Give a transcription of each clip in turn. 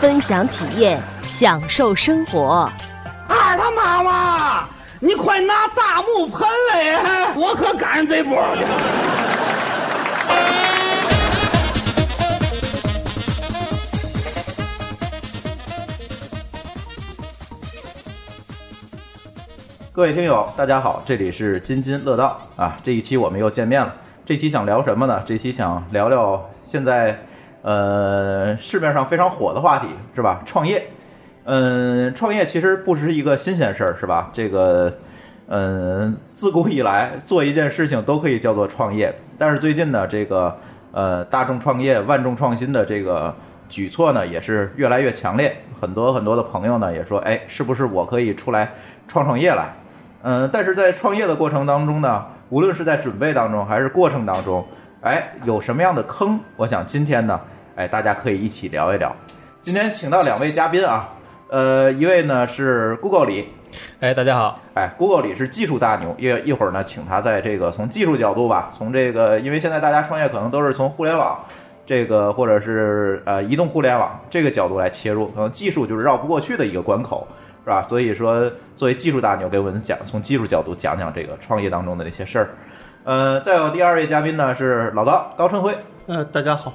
分享体验，享受生活。二他妈妈，你快拿大木盆来，我可赶上这波去。各位听友，大家好，这里是津津乐道啊，这一期我们又见面了。这期想聊什么呢？这期想聊聊现在呃市面上非常火的话题是吧？创业。嗯，创业其实不是一个新鲜事儿是吧？这个嗯，自古以来做一件事情都可以叫做创业，但是最近呢，这个呃大众创业、万众创新的这个举措呢，也是越来越强烈。很多很多的朋友呢也说，哎，是不是我可以出来创创业来？嗯，但是在创业的过程当中呢，无论是在准备当中还是过程当中，哎，有什么样的坑？我想今天呢，哎，大家可以一起聊一聊。今天请到两位嘉宾啊，呃，一位呢是 Google 里，哎，大家好，哎，Google 里是技术大牛，一一会儿呢，请他在这个从技术角度吧，从这个，因为现在大家创业可能都是从互联网这个或者是呃移动互联网这个角度来切入，可能技术就是绕不过去的一个关口，是吧？所以说，作为技术大牛，给我们讲从技术角度讲讲这个创业当中的那些事儿。呃，再有第二位嘉宾呢是老高高春辉，呃，大家好，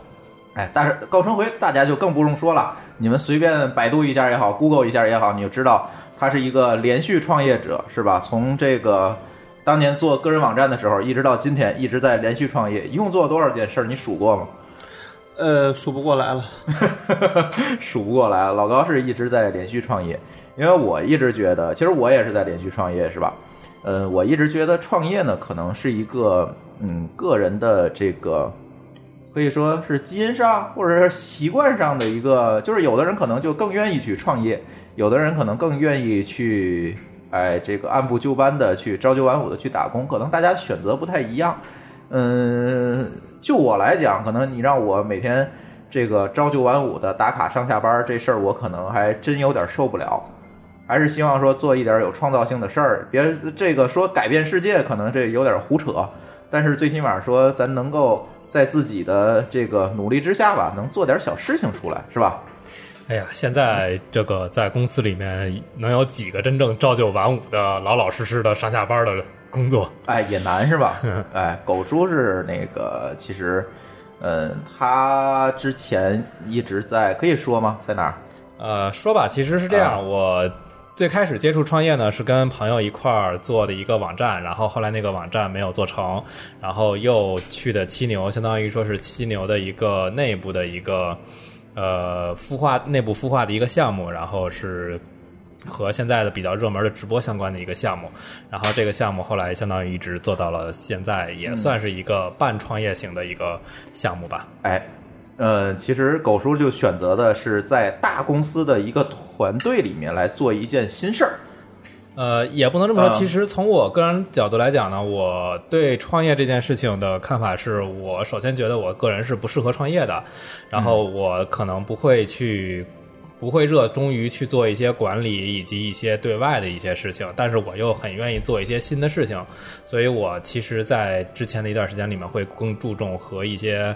哎，但是高春辉大家就更不用说了，你们随便百度一下也好，Google 一下也好，你就知道他是一个连续创业者，是吧？从这个当年做个人网站的时候，一直到今天，一直在连续创业，一共做了多少件事儿？你数过吗？呃，数不过来了， 数不过来。老高是一直在连续创业，因为我一直觉得，其实我也是在连续创业，是吧？呃，我一直觉得创业呢，可能是一个嗯个人的这个可以说是基因上或者是习惯上的一个，就是有的人可能就更愿意去创业，有的人可能更愿意去哎这个按部就班的去朝九晚五的去打工，可能大家选择不太一样。嗯，就我来讲，可能你让我每天这个朝九晚五的打卡上下班儿这事儿，我可能还真有点受不了。还是希望说做一点有创造性的事儿，别这个说改变世界，可能这有点胡扯。但是最起码说，咱能够在自己的这个努力之下吧，能做点小事情出来，是吧？哎呀，现在这个在公司里面能有几个真正朝九晚五的、老老实实的上下班的工作？哎，也难是吧？哎，狗叔是那个，其实，嗯，他之前一直在，可以说吗？在哪儿？呃，说吧，其实是这啊样，我最开始接触创业呢，是跟朋友一块儿做的一个网站，然后后来那个网站没有做成，然后又去的七牛，相当于说是七牛的一个内部的一个呃孵化内部孵化的一个项目，然后是。和现在的比较热门的直播相关的一个项目，然后这个项目后来相当于一直做到了现在，也算是一个半创业型的一个项目吧。哎，呃，其实狗叔就选择的是在大公司的一个团队里面来做一件新事儿。呃，也不能这么说。嗯其实从我个人角度来讲呢，我对创业这件事情的看法是，我首先觉得我个人是不适合创业的，然后我可能不会去。不会热衷于去做一些管理以及一些对外的一些事情，但是我又很愿意做一些新的事情，所以我其实，在之前的一段时间里面，会更注重和一些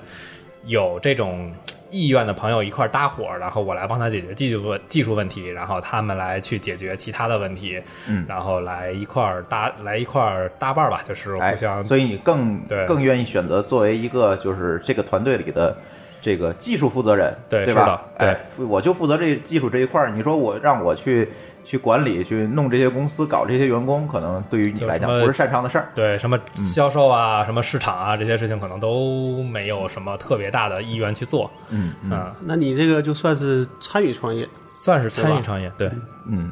有这种意愿的朋友一块儿搭伙儿，然后我来帮他解决技术问技术问题，然后他们来去解决其他的问题，嗯然后来一块儿搭来一块儿搭伴儿吧，就是哎互相、，所以你更对更愿意选择作为一个就是这个团队里的这个技术负责人，对对吧？是的对哎，我就负责这技术这一块儿。你说我让我去去管理、去弄这些公司、搞这些员工，可能对于你有来什讲么不是擅长的事儿。对什么销售啊、什么市场啊这些事情，可能都没有什么特别大的意愿去做，嗯嗯嗯，那你这个就算是参与创业，算是参对与吧创业，对。嗯，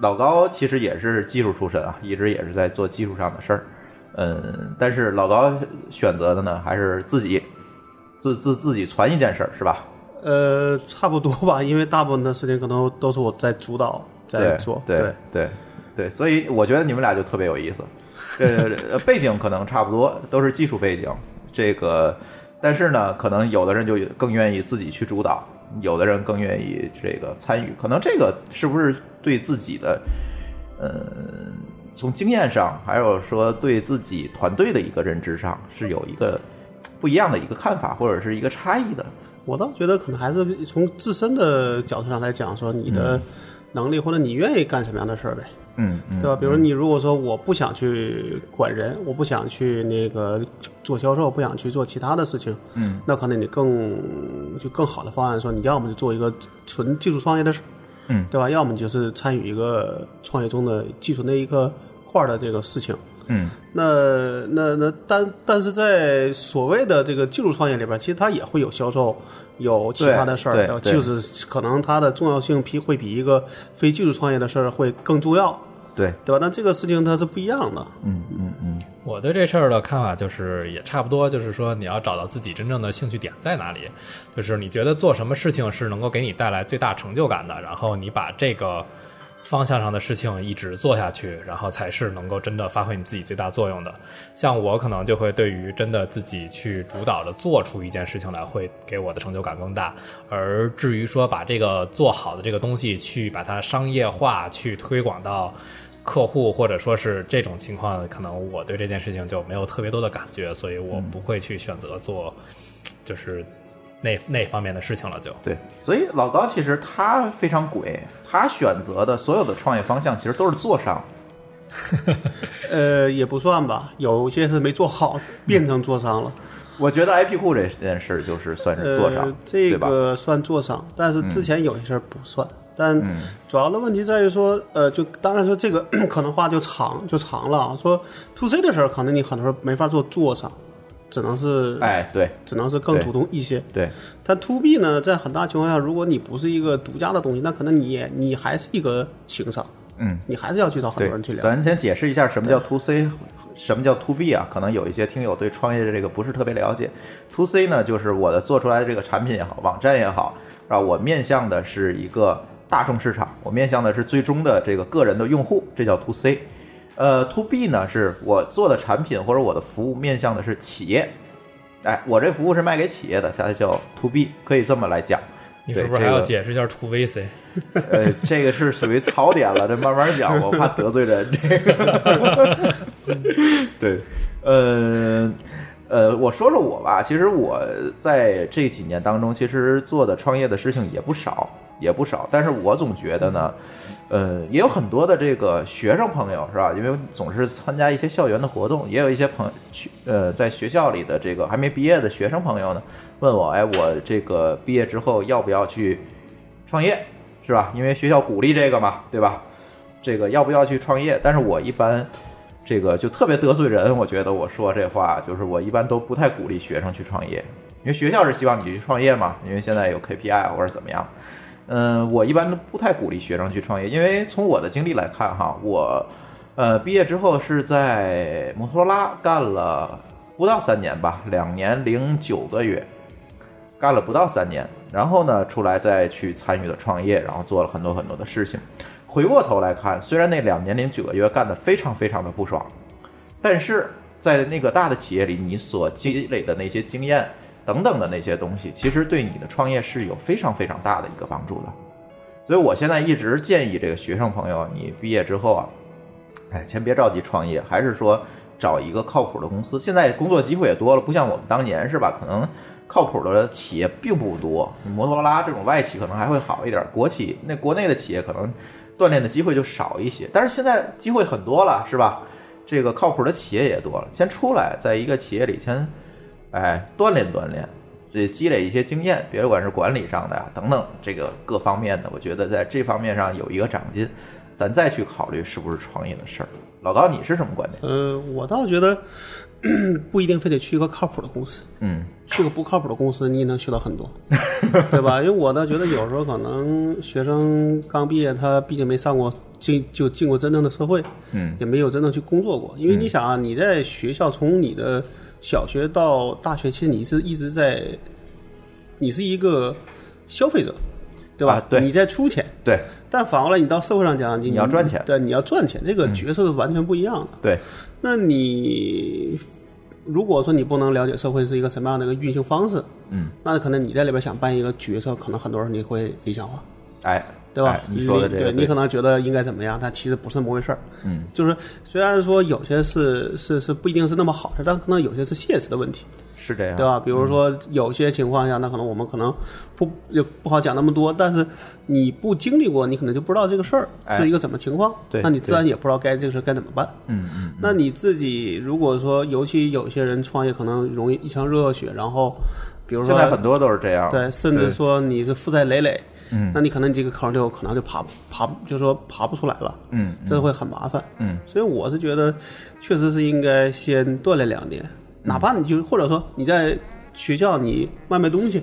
老高其实也是技术出身啊，一直也是在做技术上的事儿。嗯，但是老高选择的呢，还是自己自自自己传一件事儿，是吧？呃，差不多吧，因为大部分的事情可能都是我在主导在对做。对对对，所以我觉得你们俩就特别有意思。这呃背景可能差不多，都是技术背景。这个，但是呢，可能有的人就更愿意自己去主导，有的人更愿意这个参与。可能这个是不是对自己的，呃，从经验上，还有说对自己团队的一个认知上，是有一个不一样的一个看法，或者是一个差异的。我倒觉得可能还是从自身的角度上来讲，说你的能力或者你愿意干什么样的事儿呗，嗯，嗯对吧？比如你如果说我不想去管人，我不想去那个做销售，不想去做其他的事情，嗯，那可能你更就更好的方案说，你要么就做一个纯技术创业的事，嗯对吧？要么就是参与一个创业中的技术那一个块儿的这个事情。嗯那那那，但但是在所谓的这个技术创业里边，其实它也会有销售，有其他的事对儿对，有对就是可能它的重要性比会比一个非技术创业的事儿会更重要，对，对吧？但这个事情它是不一样的，嗯嗯嗯，我对这事儿的看法就是也差不多，就是说你要找到自己真正的兴趣点在哪里，就是你觉得做什么事情是能够给你带来最大成就感的，然后你把这个方向上的事情一直做下去，然后才是能够真的发挥你自己最大作用的。像我可能就会对于真的自己去主导的做出一件事情来，会给我的成就感更大。而至于说把这个做好的这个东西去把它商业化，去推广到。客户或者说是这种情况，可能我对这件事情就没有特别多的感觉，所以嗯我不会去选择做，就是那那方面的事情了就。对，所以老高其实他非常鬼，他选择的所有的创业方向其实都是做商。呃，也不算吧，有些是没做好，变成做商了，我觉得 IP 库这件事就是算是做商，呃，这嗯对吧？嗯个算做商，但是之前有些事儿不算。但主要的问题在于说，呃，就当然说这个 可能话就长就长了啊。说 to C 的事儿，可能你很多时候没法做做上，只能是哎，对只能是更对主动一些。对，但 to B 呢，在很大情况下，如果你不是一个独家的东西，那可能你也你还是一个行商，嗯，你还是要去找很对多人去，聊。咱先解释一下什么叫 to C，什么叫 to B 啊？可能有一些听友对创业的这个不是特别了解。to C 呢，就是我的做出来的这个产品也好，网站也好，啊，我面向的是一个大众市场，我面向的是最终的这个个人的用户，这叫 to C。呃，to B 呢，是我做的产品或者我的服务面向的是企业，哎，我这服务是卖给企业的，它叫 to B，可以这么来讲。你是对不是还要这个解释一下 to VC？呃，这个是属于槽点了，这慢慢讲，我怕得罪人。这个， 对，呃，呃，我说说我吧，其实我在这几年当中，其实做的创业的事情也不少，也不少，但是我总觉得呢，呃，也有很多的这个学生朋友是吧？因为总是参加一些校园的活动，也有一些朋去呃在学校里的这个还没毕业的学生朋友呢，问我，哎，我这个毕业之后要不要去创业，是吧？因为学校鼓励这个嘛，对吧？这个要不要去创业？但是我一般这个就特别得罪人，我觉得我说这话就是我一般都不太鼓励学生去创业，因为学校是希望你去创业嘛，因为现在有 KPI 或者怎么样。嗯，我一般都不太鼓励学生去创业，因为从我的经历来看哈，我呃毕业之后是在摩托罗拉干了不到三年吧，两年零九个月，干了不到三年，然后呢出来再去参与了创业，然后做了很多很多的事情。回过头来看，虽然那两年零九个月干得非常非常的不爽，但是在那个大的企业里，你所积累的那些经验等等的那些东西，其实对你的创业是有非常非常大的一个帮助的。所以我现在一直建议这个学生朋友，你毕业之后啊，哎，先别着急创业，还是说找一个靠谱的公司。现在工作机会也多了，不像我们当年是吧？可能靠谱的企业并不多，摩托罗拉这种外企可能还会好一点，国企那国内的企业可能锻炼的机会就少一些。但是现在机会很多了，是吧？这个靠谱的企业也多了，先出来，在一个企业里先，哎，锻炼锻炼，这积累一些经验，别管是管理上的呀、等等，这个各方面的，我觉得在这方面上有一个长进，咱再去考虑是不是创业的事儿。老高，你是什么观点？呃，我倒觉得不一定非得去一个靠谱的公司，嗯去个不靠谱的公司，你也能学到 很多，对吧？因为我倒觉得有时候可能学生刚毕业，他毕竟没上过进就进过真正的社会，嗯也没有真正去工作过。因为你想啊，你在学校从你的小学到大学，其实你是一直在，你是一个消费者，对吧？啊对你在出钱，对但反过来你到社会上讲，你你要赚钱嗯对，你要赚钱，这个角色是完全不一样的。对，那你如果说你不能了解社会是一个什么样的一个运行方式，嗯，那可能你在里边想扮一个角色，可能很多人你会理想化，哎，对吧？哎你说的这个对，你可能觉得应该怎么样，但其实不是那么回事儿。嗯，就是虽然说有些是是是不一定是那么好事，但可能有些是现实的问题。是这样，对吧？比如说有些情况下，那可能我们可能不也不好讲那么多，但是你不经历过，你可能就不知道这个事儿哎是一个怎么情况，对那你自然也不知道该这个事儿该怎么办。嗯嗯，那你自己如果说，尤其有些人创业可能容易一腔热血，然后比如现在很多说都是这样，对，甚至说你是负债累累，嗯那你可能你这个坑就可能就爬爬，就是说爬不出来了，嗯嗯这会很麻烦。嗯所以我是觉得，确实是应该先锻炼两嗯年，哪怕你就或者说你在学校你卖卖东西，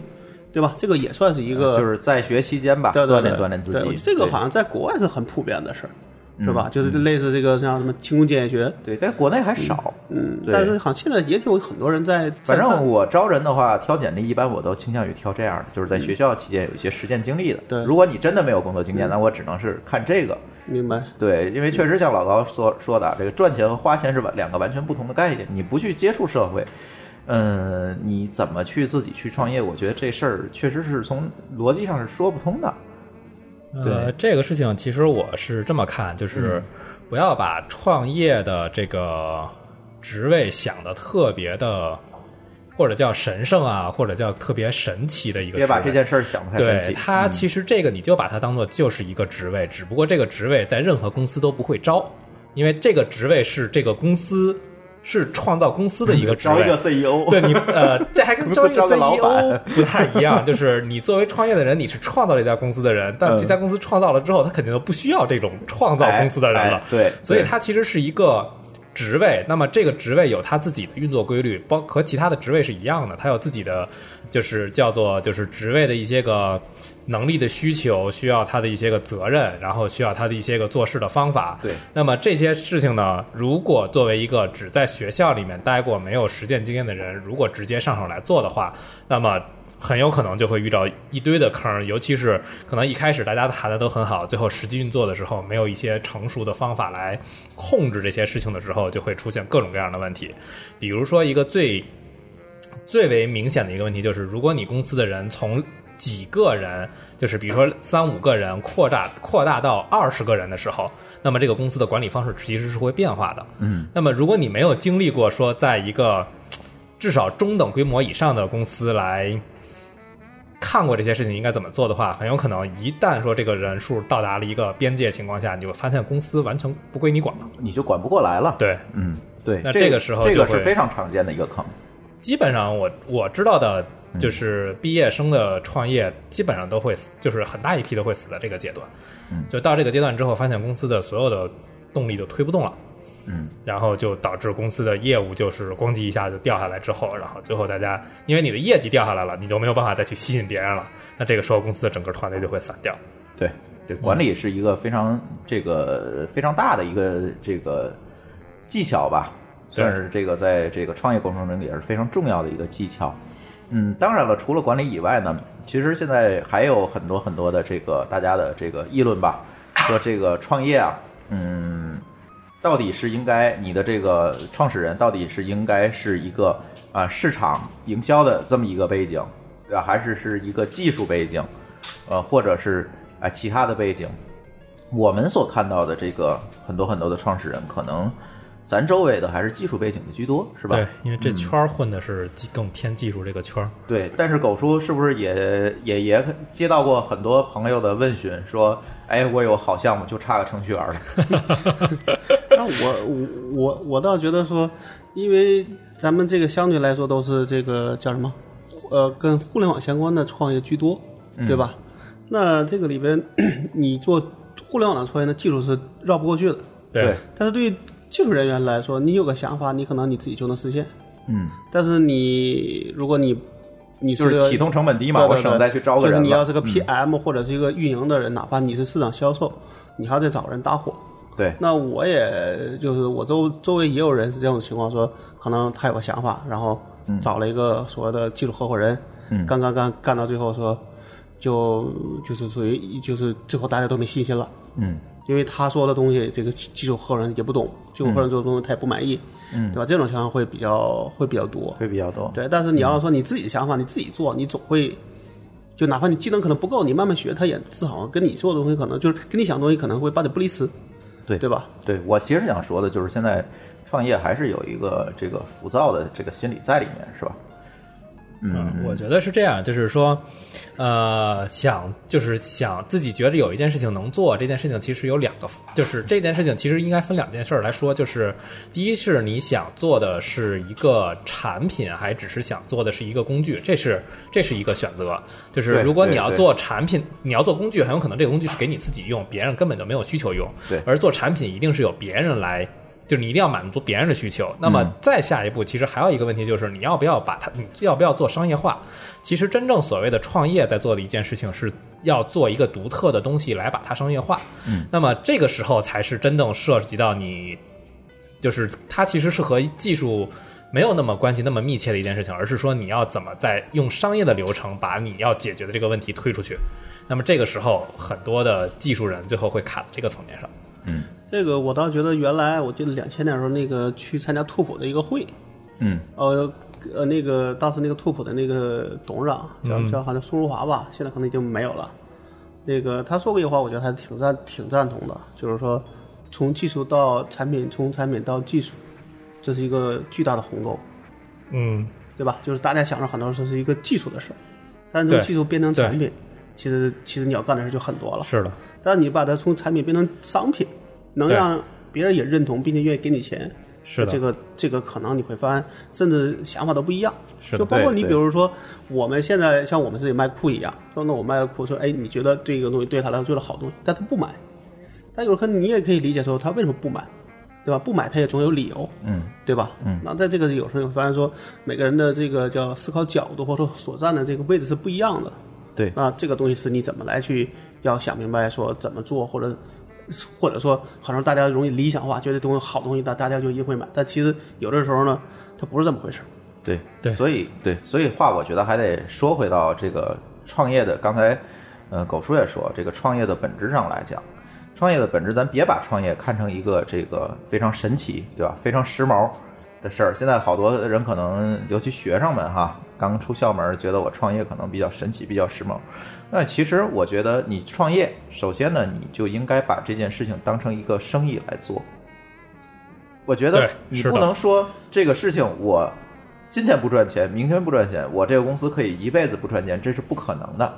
对吧？这个也算是一个、就是在学期间吧，对对锻对炼锻炼自对己，这个对好像在国外是很普遍的事儿，嗯是吧？就是类似这个像什么勤工俭学，对，在国内还少，嗯，对但是好像现在也有很多人在，反在看正我招人的话，挑简历一般我都倾向于挑这样的，就是在学校期间有一些实践经历的。对如果你真的没有工作经验，那我只能是看这个。明白，对，因为确实像老高所说的，这个赚钱和花钱是完两个完全不同的概念。你不去接触社会，嗯，你怎么去自己去创业？我觉得这事儿确实是从逻辑上是说不通的。呃，这个事情其实我是这么看，嗯就是不要把创业的这个职位想的特别的，或者叫神圣啊，或者叫特别神奇的一个职位。别把这件事儿想得太神对奇。嗯它其实这个你就把它当做就是一个职位，只不过这个职位在任何公司都不会招，因为这个职位是这个公司是创造公司的一个职嗯招位。一个 E CEO，对你呃，这还跟公司招一个招个老 CEO 板 E 不太一样，就是你作为创业的人，你是创造了一家公司的人，但嗯这家公司创造了之后，他肯定就不需要这种创造公司的人哎了哎。对所以对它其实是一个职位。那么这个职位有它自己的运作规律，包和其他的职位是一样的，它有自己的就是叫做就是职位的一些个能力的需求，需要它的一些个责任，然后需要它的一些个做事的方法。对那么这些事情呢，如果作为一个只在学校里面待过、没有实践经验的人，如果直接上手来做的话，那么很有可能就会遇到一堆的坑儿，尤其是可能一开始大家谈的都很好，最后实际运作的时候没有一些成熟的方法来控制这些事情的时候，就会出现各种各样的问题。比如说一个最最为明显的一个问题就是，如果你公司的人从几个人，就是比如说三五个人扩大扩大到二十个人的时候，那么这个公司的管理方式其实是会变化的。嗯，那么如果你没有经历过说在一个至少中等规模以上的公司来看过这些事情应该怎么做的话，很有可能一旦说这个人数到达了一个边界情况下，你就会发现公司完全不归你管了。你就管不过来了。，对，嗯，对。那这这个时候这个就会是非常常见的一个坑。基本上我我知道的就是毕业生的创业，基本上都会死，就是很大一批都会死在这个阶段。嗯就到这个阶段之后，发现公司的所有的动力都推不动了。嗯，然后就导致公司的业务就是咣叽一下就掉下来之后，然后最后大家因为你的业绩掉下来了，你就没有办法再去吸引别人了。那这个时候公司的整个团队就会散掉。对，对，管理是一个非常这个非常大的一个这个技巧吧，对算是这个在这个创业过程中也是非常重要的一个技巧。嗯，当然了，除了管理以外呢，其实现在还有很多很多的这个大家的这个议论吧，说这个创业啊，嗯，到底是应该你的这个创始人到底是应该是一个啊、市场营销的这么一个背景，对吧？还是是一个技术背景，呃，或者是啊、其他的背景？我们所看到的这个很多很多的创始人，可能咱周围的还是技术背景的居多，是吧？对，因为这圈儿混的是技更偏技术这个圈儿。对，但是狗叔是不是也也也接到过很多朋友的问询，说，哎，我有好项目，就差个程序员了。 那我我我我倒觉得说，因为咱们这个相对来说都是这个叫什么，呃，跟互联网相关的创业居多，嗯对吧？那这个里边， 你做互联网的创业，那技术是绕不过去的。对，但是对于技术人员来说，你有个想法，你可能你自己就能实现。嗯，但是你如果你你就是是个启动成本低嘛，对对我省再去招个就是人嗯你要了。是个 PM 或者是一个运营的人，哪怕你是市场销售，你还得找人搭伙。对，那我也就是我周周围也有人是这种情况，说可能他有个嗯想法，然后找了一个所谓的技术合伙人，干干干干到最后说，就就是属于就是最后大家都没信心了。嗯因为他说的东西，这个技技术合伙人也不懂，技术合伙人做的东西他也不满意，嗯对吧？这种情况会比较会比较多，会比嗯较多。对。但是你要说你自己想法，你自己做，你总会，就哪怕你技能可能不够，你慢慢学，他也至少跟你做的东西可能就是跟你想的东西可能会八九不离十，对对吧？对我其实想说的就是，现在创业还是有一个这个浮躁的这个心理在里面，是吧？嗯，我觉得是这样，就是说，呃，想就是想自己觉得有一件事情能做，这件事情其实有两个，就是这件事情其实应该分两件事儿来说，就是第一是你想做的是一个产品，还只是想做的是一个工具，这是这是一个选择。就是对如果你对要对做产品，你要做工具，很有可能这个工具是给你自己用，别人根本就没有需求用。对而做产品一定是有别人来。就是你一定要满足别人的需求。那么嗯再下一步，其实还有一个问题，就是你要不要把它，你要不要做商业化？其实真正所谓的创业在做的一件事情，是要做一个独特的东西来把它商业化。嗯，那么这个时候才是真正涉及到你就是它其实是和技术没有那么关系那么密切的一件事情，而是说你要怎么在用商业的流程把你要解决的这个问题推出去。那么这个时候，很多的技术人最后会卡在这个层面上。这个我倒觉得原来我记得两千年的时候那个去参加拓普的一个会，嗯呃呃那个当时那个拓普的那个董事长叫、嗯叫好像苏如华吧，现在可能已经没有了。那个他说过一句话，我觉得还挺赞挺赞同的，就是说从技术到产品，从产品到技术，这是一个巨大的鸿沟，嗯，对吧？就是大家想着很多时候是一个技术的事儿，但是从对技术变成产对品，其实其实你要干的事就很多了。是的，但你把它从产品变成商品，能对让别人也认同，并且愿意给你钱，是的，这个这个可能你会发现，甚至想法都不一样。是的就包括对你对比如说，我们现在像我们自己卖库一样，说那我卖的库说，哎，你觉得这个东西对他来说就是好东西，但他不买。但有时候你也可以理解说他为什么不买，对吧？不买他也总有理由，嗯，对吧？嗯那在这个有时候你会发现说，每个人的这个叫思考角度或者说所站的这个位置是不一样的。对那这个东西是你怎么来去要想明白说怎么做，或者或者说很多大家容易理想化，觉得东西好东西，大大家就一定会买。但其实有的时候呢，它不是这么回事儿。对对所以对，所以话我觉得还得说回到这个创业的，刚才呃狗叔也说，这个创业的本质上来讲，创业的本质，咱别把创业看成一个这个非常神奇，对吧？非常时髦的事儿。现在好多人可能，尤其学生们哈，刚出校门，觉得我创业可能比较神奇，比较时髦。那其实我觉得，你创业，首先呢，你就应该把这件事情当成一个生意来做。我觉得对你是的不能说这个事情我今天不赚钱，明天不赚钱，我这个公司可以一辈子不赚钱，这是不可能的。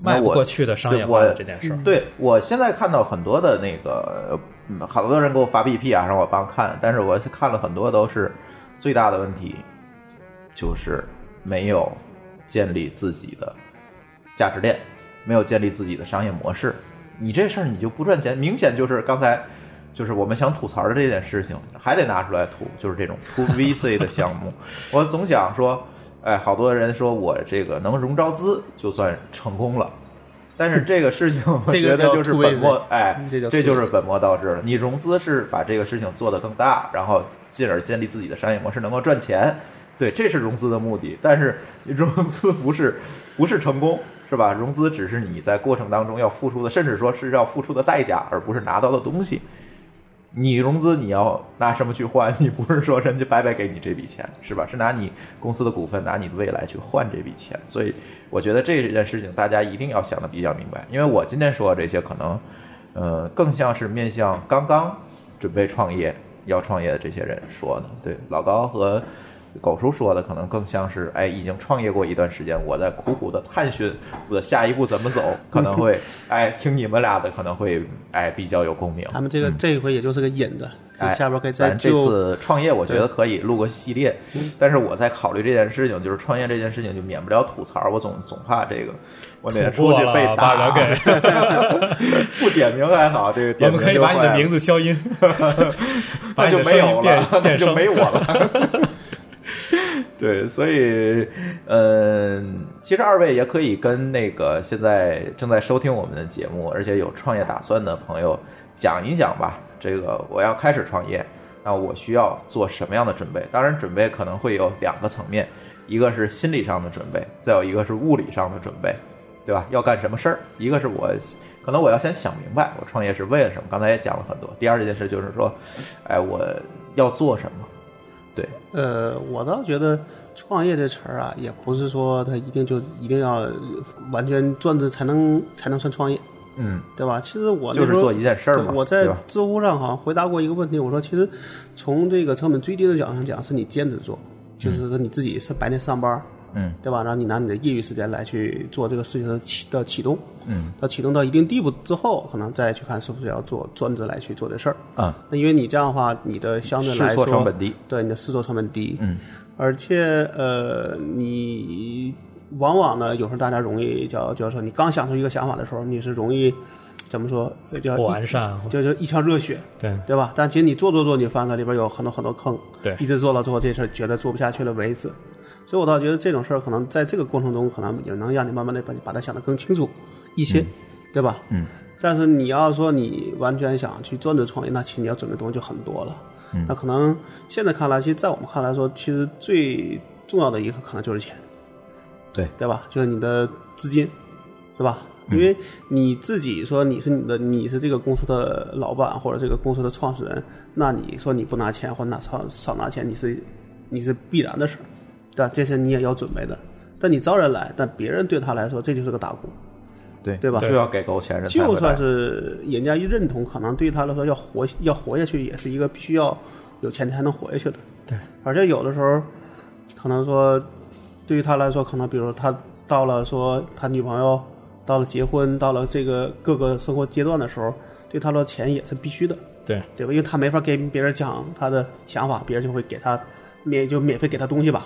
那迈不我过去的商业化对的我这件事儿。对我现在看到很多的那个，嗯好多人给我发 BP 啊，让我帮看，但是我看了很多都是最大的问题，就是没有建立自己的价值链，没有建立自己的商业模式。你这事儿你就不赚钱，明显就是刚才就是我们想吐槽的这件事情，还得拿出来吐，就是这种 to VC 的项目。我总想说，哎，好多人说我这个能融招资就算成功了。但是这个事情， 我这觉个得叫就是 to 本 VC 末，哎，嗯这叫这就 to 是 VC 本末倒置了。你融资是把这个事情做得更大，然后进而建立自己的商业模式，能够赚钱，对，这是融资的目的。但是融资不是不是成功，是吧？融资只是你在过程当中要付出的，甚至说是要付出的代价，而不是拿到的东西。你融资你要拿什么去换？ 你不是说人家白白给你这笔钱，是吧？是拿你公司的股份，拿你的未来去换这笔钱。所以我觉得这件事情大家一定要想的比较明白，因为我今天说的这些可能，呃，更像是面向刚刚准备创业要创业的这些人说的。对，老高和狗叔说的可能更像是，哎，已经创业过一段时间，我在苦苦的探寻我的下一步怎么走，可能 会，哎，听你们俩的可能会，哎，比较有共鸣。咱们这个、这一回也就是个引子，可嗯以哎，下边可以再咱这就次创业，我觉得可以录个系列。但是我在考虑这件事情，就是创业这件事情，就免不了吐槽。我总总怕这个，我哪天吐出过去了被把打。人 不点名还好，这个我点们名可以就把你坏的了名，字消音，那把你就的没声有音变了，那 变就声没我了。 对，所以，嗯，其实二位也可以跟那个现在正在收听我们的节目，而且有创业打算的朋友讲一讲吧。这个我要开始创业，那我需要做什么样的准备？当然，准备可能会有两个层面，一个是心理上的准备，再有一个是物理上的准备。对吧？要干什么事儿？一个是我可能我要先想明白我创业是为了什么，刚才也讲了很多。第二件事就是说，哎，我要做什么？对，呃，我倒觉得“创业”这词儿啊，也不是说他一定就一定要完全赚着才能才能算创业，嗯，对吧？其实我那就时是候做一件事儿嘛，对我对在吧？知乎上好像回答过一个问题，我说其实从这个成本最低的角度上讲，是你兼职做，就是说你自己是白天上班，嗯对吧？然后你拿你的业余时间来去做这个事情的启的启动，嗯到启动到一定地步之后，可能再去看是不是要做专职来去做这事儿。啊，那因为你这样的话，你的相对来试说错成本低，对你的试错成本低，嗯，而且呃，你往往呢，有时候大家容易叫叫说，你刚想出一个想法的时候，你是容易怎么说叫不一完善，就就一腔热血，对对吧？但其实你做做做，你发现它里边有很多很多坑，对一直做到最后这事儿觉得做不下去了为止。所以我倒觉得这种事儿可能在这个过程中，可能也能让你慢慢的把把它想得更清楚一些，对吧？嗯。但是你要说你完全想去专职创业，那其实你要准备的东西就很多了。嗯、那可能现在看来，其实在我们看来说，其实最重要的一个可能就是钱，对对吧？就是你的资金，是吧？因为你自己说你是你的，你是这个公司的老板或者这个公司的创始人，那你说你不拿钱或者拿少少拿钱，你是你是必然的事儿，对吧？这些你也要准备的。但你招人来，但别人对他来说这就是个打工，对对吧？就要给够钱人才会来，就算是人家一认同，可能对他来说要活要活下去，也是一个必须要有钱才能活下去的。对，而且有的时候，可能说对于他来说，可能比如他到了说他女朋友到了结婚，到了这个各个生活阶段的时候，对他来说钱也是必须的，对对吧？因为他没法给别人讲他的想法，别人就会给他免就免费给他东西吧。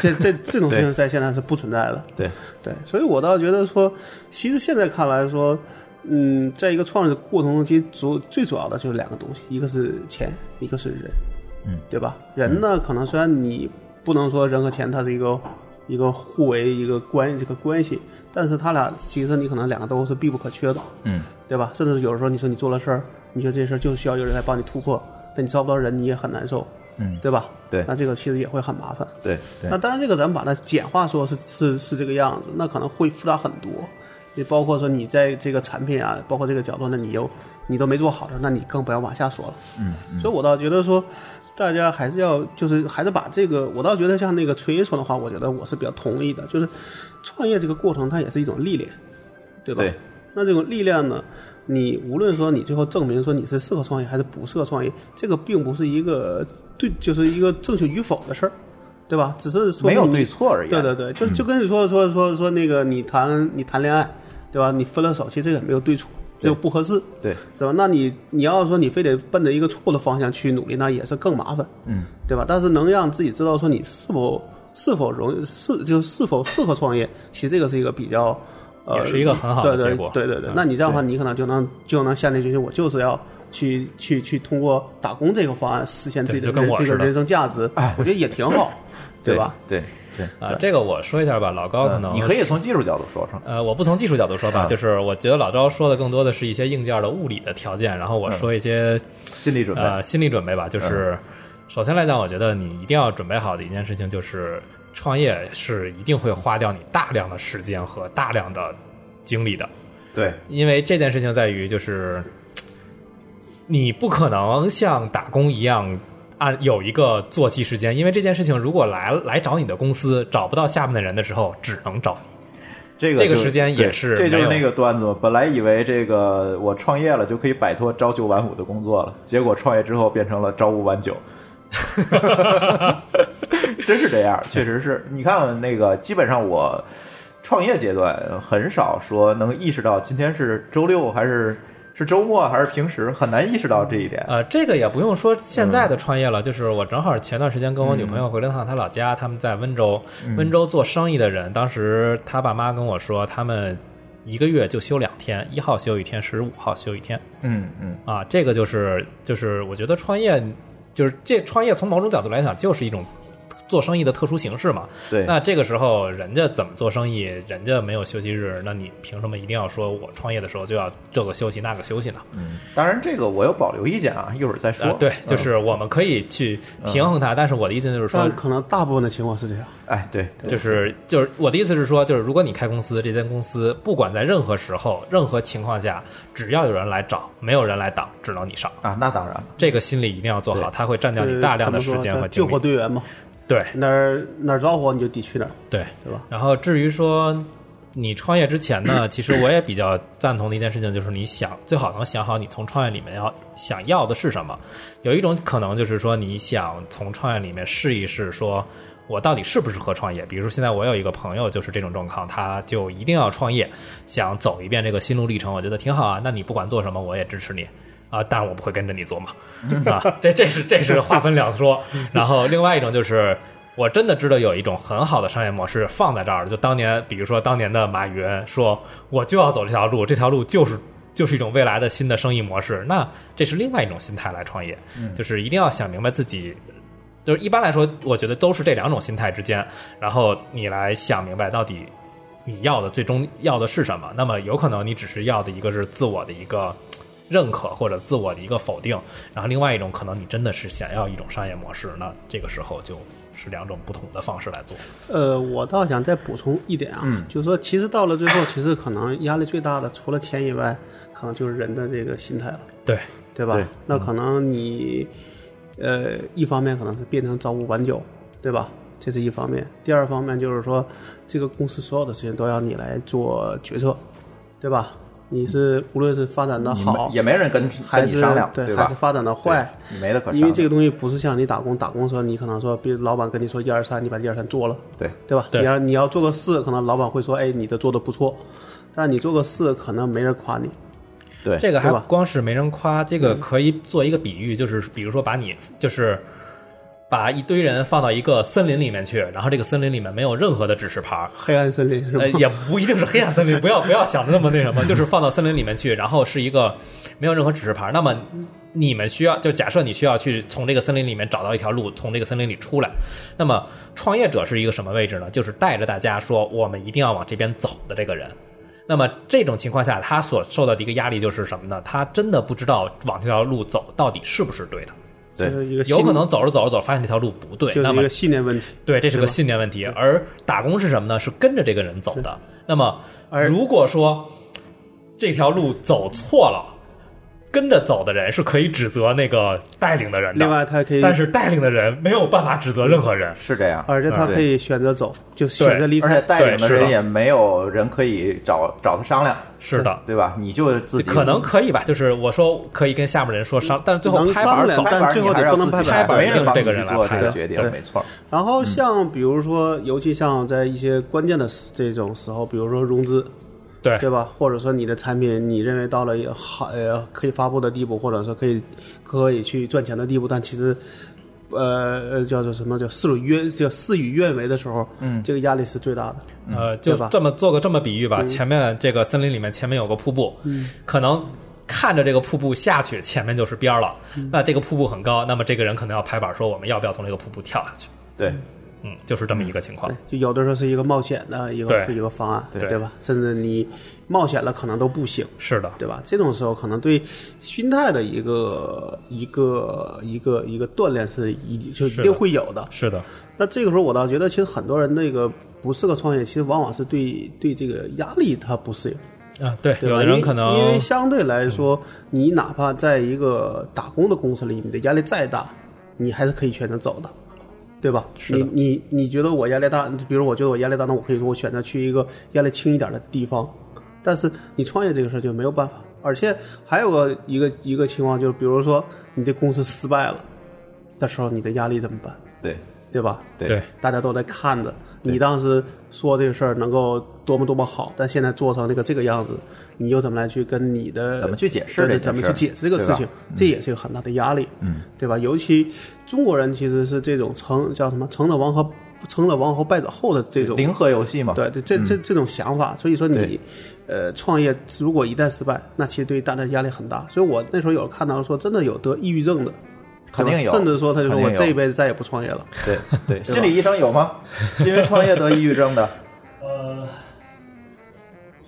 这这这种事情对在现在是不存在的。对，对，所以我倒觉得说，其实现在看来说，嗯，在一个创业的过程中，其实主最主要的就是两个东西，一个是钱，一个是人，嗯，对吧？人呢，可能虽然你不能说人和钱它是一个一个互为一个关这个关系，但是它俩其实你可能两个都是必不可缺的，嗯，对吧？甚至有时候你说你做了事儿，你说这事儿就需要有人来帮你突破，但你招不到人，你也很难受，嗯对吧？对那这个其实也会很麻烦。对对那当然，这个咱们把它简化说是是是这个样子，那可能会复杂很多。你包括说你在这个产品啊，包括这个角度呢，你又你都没做好的，那你更不要往下说了。嗯，所以我倒觉得说，大家还是要就是还是把这个，我倒觉得像那个锤爷说的话，我觉得我是比较同意的，就是创业这个过程它也是一种历练，对吧？对那这种力量呢，你无论说你最后证明说你是适合创业还是不适合创业，这个并不是一个对，就是一个正确与否的事儿，对吧？只是说没有你对错而言，啊嗯对对对，就就跟你说说说说那个你谈你谈恋爱，对吧？你分了手，其实这个也没有对错，只有不合适，对是吧？那你你要说你非得奔着一个错的方向去努力，那也是更麻烦，嗯，对吧？但是能让自己知道说你是否是否容易是就是否适合创业，其实这个是一个比较。呃，也是一个很好的对对结果对对对嗯，那你这样的话，你可能就能就能下定决心，我就是要去去去通过打工这个方案实现自己的对就跟人我这个似的哎人生价值，我觉得也挺 好，对吧？？对对，呃啊，这个我说一下吧，老嗯高可能你可以从技术角度说说，呃，我不从技术角度说吧，啊就是呃我觉得老招说的更多的是一些硬件的物理的条件，然后我说一些、心理准备，嗯呃心理准备吧，就是首先来讲，我觉得你一定要准备好的一件事情就是创业是一定会花掉你大量的时间和大量的精力的，对，因为这件事情在于就是你不可能像打工一样。按有一个作息时间，因为这件事情如果来来找你的公司找不到下面的人的时候，只能找你。这个这个就时间也是对这就是没那有个段子。本来以为这个我创业了就可以摆脱朝九晚五的工作了，结果创业之后变成了朝五晚 九。真是这样，确实是。你看那个，基本上我创业阶段很少说能意识到今天是周六还是是周末还是平时，很难意识到这一点。呃，这个也不用说现在嗯的创业了，就是我正好前段时间跟我女朋友回了趟她老家，他们在温州，嗯温州做生意的人，当时她爸妈跟我说，他们一个月就休两天，一号休一天，十五号休一天嗯嗯，啊，这个就是就是我觉得创业就是这创业从某种角度来讲就是一种。做生意的特殊形式嘛。对，那这个时候人家怎么做生意，人家没有休息日，那你凭什么一定要说我创业的时候就要这个休息那个休息呢？当然这个我有保留意见啊，一会儿再说。啊，对，就嗯，是我们可以去平衡它，但是我的意思就是说但，可能大部分的情况是这样。哎，对，就是就是我的意思是说，就是如果你开公司，这间公司不管在任何时候、任何情况下，只要有人来找，没有人来挡，只能你上。啊，那当然了，这个心理一定要做好，它会占掉呃你大量的怎么时说间和精救力火。队员嘛，对哪儿哪儿着火你就得去哪儿，对，对吧？然后至于说你创业之前呢， 其实我也比较赞同的一件事情就是，你想最好能想好你从创业里面要想要的是什么。有一种可能就是说，你想从创业里面试一试，说我到底适不适合创业。比如说，现在我有一个朋友就是这种状况，他就一定要创业，想走一遍这个心路历程，我觉得挺好啊。那你不管做什么，我也支持你。啊，当然我不会跟着你做嘛， 啊，这这是这是话分两说。然后另外一种就是，我真的知道有一种很好的商业模式放在这儿，就当年，比如说当年的马云说，我就要走这条路，这条路就是就是一种未来的新的生意模式。那这是另外一种心态来创业，就是一定要想明白自己。就是一般来说，我觉得都是这两种心态之间，然后你来想明白到底你要的最终要的是什么。那么有可能你只是要的一个是自我的一个认可或者自我的一个否定，然后另外一种可能你真的是想要一种商业模式，那这个时候就是两种不同的方式来做。呃，我倒想再补充一点啊，嗯就是说，其实到了最后，其实可能压力最大的，除了钱以外，可能就是人的这个心态了，对，对吧？对那可能你，呃，一方面可能是变成朝五晚九，对吧？这是一方面。第二方面就是说，这个公司所有的事情都要你来做决策，对吧？你是无论是发展的你好没，也没人跟还跟你是商量，对，还吧是？发展的坏，对你没得可商量，因为这个东西不是像你打工，打工的时候你可能说，比如老板跟你说一二三，你把一二三做了，对对吧？对你要你要做个四，可能老板会说，哎，你这做的不错，但你做个四，可能没人夸你。对这个还对不吧光是嗯没人夸，这个可以做一个比喻，就是比如说把你就是。把一堆人放到一个森林里面去，然后这个森林里面没有任何的指示牌儿，黑暗森林是吧 呃，？也不一定是黑暗森林，不要不要想的那么那什么，就是放到森林里面去，然后是一个没有任何指示牌。那么你们需要，就假设你需要去从这个森林里面找到一条路，从这个森林里出来。那么创业者是一个什么位置呢？就是带着大家说我们一定要往这边走的这个人。那么这种情况下，他所受到的一个压力就是什么呢？他真的不知道往这条路走到底是不是哎对的，对就是一个有信可能走着走着走，发现这条路不对，就是那一么个信念问题。对，这是个对吧信念问题。而打工是什么呢？是跟着这个人走的。那么，而如果说这条路走错了，跟着走的人是可以指责那个带领的人的。另外，他可以，但是带领的人没有办法指责任何人。是这样，嗯而且他可以选择走，就选择离而且开。带领的对是人的也没有人可以找找他商量，是的，对吧？你就自己可能可以吧。就是我说可以跟下面人说商，但是最后能拍商板量走。拍板但最后你还得是不要能自己拍板拍没人人帮这个你人来做拍这个的决定，对没错儿。然嗯后像比如说，尤其像在一些关键的时这种时候，比如说融资，对对吧？或者说你的产品你认为到了好呃可以发布的地步，或者说可以可以去赚钱的地步，但其实呃呃叫做什么叫事与愿叫事与愿违的时候，嗯，这个压力是最大的。呃，嗯就对吧嗯这么做个这么比喻吧，前面这个森林里面前面有个瀑布，可能看着这个瀑布下去，前面就是边儿了。嗯那这个瀑布很高，那么这个人可能要拍板说我们要不要从这个瀑布跳下去？对，嗯，就是这么一个情况。就有的时候是一个冒险的一个对一个方案，对吧？甚至你冒险了可能都不行，是的，对吧？这种时候可能对心态的一个一个一个一个锻炼是一就一是的定会有的。是的，那这个时候，我倒觉得，其实很多人那个不适合创业，其实往往是对对这个压力他不适应，啊，对，对吧有的因为人可因为能相对来说，你哪怕在一个打工的公司里，你的压力再大，你还是可以选择走的，对吧？是你的你你觉得我压力大，比如我觉得我压力大，那我可以说我选择去一个压力轻一点的地方，但是你创业这个事儿就没有办法。而且还有个一个一个情况就是，比如说你的公司失败了的时候，你的压力怎么办？对对吧？对，大家都在看着你当时说这个事儿能够多么多么好，但现在做成那个这个样子，你又怎么来去跟你的怎么去解释这对件怎么事儿去解释这个对事吧嗯情？这也是有很大的压力，嗯，对吧？尤其中国人其实是这种成叫什么“成者王和成者王侯败者后”的这种零和游戏嘛，对，这这这这种想法，所以说你嗯对，呃，创业如果一旦失败，那其实对大家压力很大。所以我那时候有看到说，真的有得抑郁症的，肯定有甚至说他就说肯我定有这一辈子再也不创业了。对对， 心理医生有吗？因为创业得抑郁症的， 呃，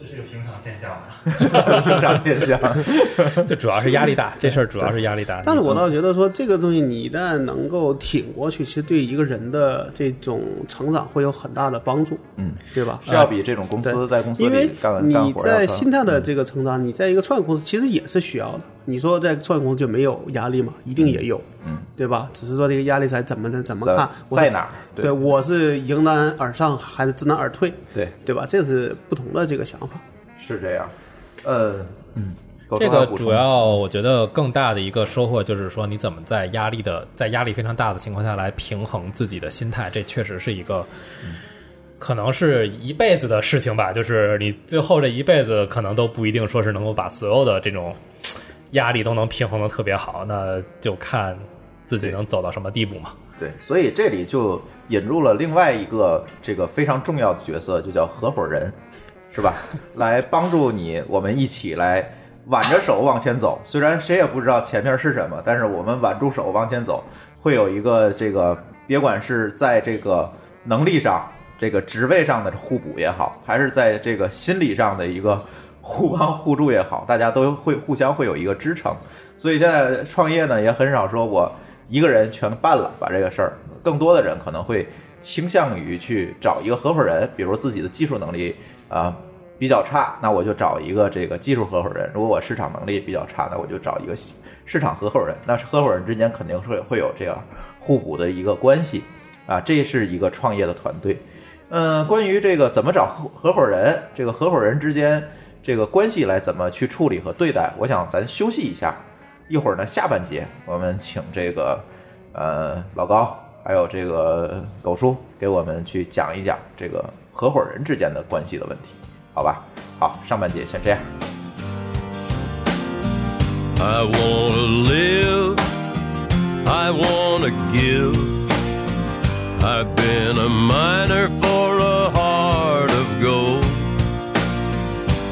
这是个平常现象啊吧？正常现象。 就主要是压力大，这事儿主要是压力大。嗯但是我嗯倒觉得说，这个东西你一旦能够挺过去，其实对一个人的这种成长会有很大的帮助，嗯，对吧？啊是要比这种公司对在公司因为里干完干你活要在强心态的这个成长，你在一个创业公司其实也是需要的。你说在创业公司就没有压力吗？一定也有，嗯，对吧？只是说这个压力才怎么的怎么在看，我是在哪儿？对，我是迎难而上还是知难而退，对，对吧？这是不同的这个想法。是这样。呃，嗯，狗这熊还个有补充主要我觉得更大的一个收获就是说，你怎么在压力的在压力非常大的情况下来平衡自己的心态，这确实是一个。嗯可能是一辈子的事情吧，就是你最后这一辈子可能都不一定说是能够把所有的这种压力都能平衡的特别好，那就看自己能走到什么地步 嘛。对，所以这里就引入了另外一个这个非常重要的角色，就叫合伙人，是吧？ 来帮助你，我们一起来挽着手往前走。虽然谁也不知道前面是什么，但是我们挽住手往前走，会有一个这个，别管是在这个能力上、这个职位上的互补也好，还是在这个心理上的一个互帮互助也好，大家都会互相会有一个支撑。所以现在创业呢，也很少说我一个人全办了把这个事儿，更多的人可能会倾向于去找一个合伙人，比如自己的技术能力啊、比较差，那我就找一个这个技术合伙人；如果我市场能力比较差，那我就找一个市场合伙人。那合伙人之间肯定会会有这样互补的一个关系啊，这是一个创业的团队。嗯，关于这个怎么找合合伙人，这个合伙人之间这个关系来怎么去处理和对待，我想咱休息一下，一会儿呢下半节我们请这个呃老高还有这个狗叔给我们去讲一讲这个合伙人之间的关系的问题，好吧？好，上半节先这样。 I wanna live, I wanna give. I've been a miner for a heart of gold.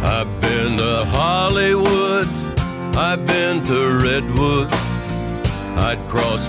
I've been to Hollywood, I've been to Redwood. I'd cross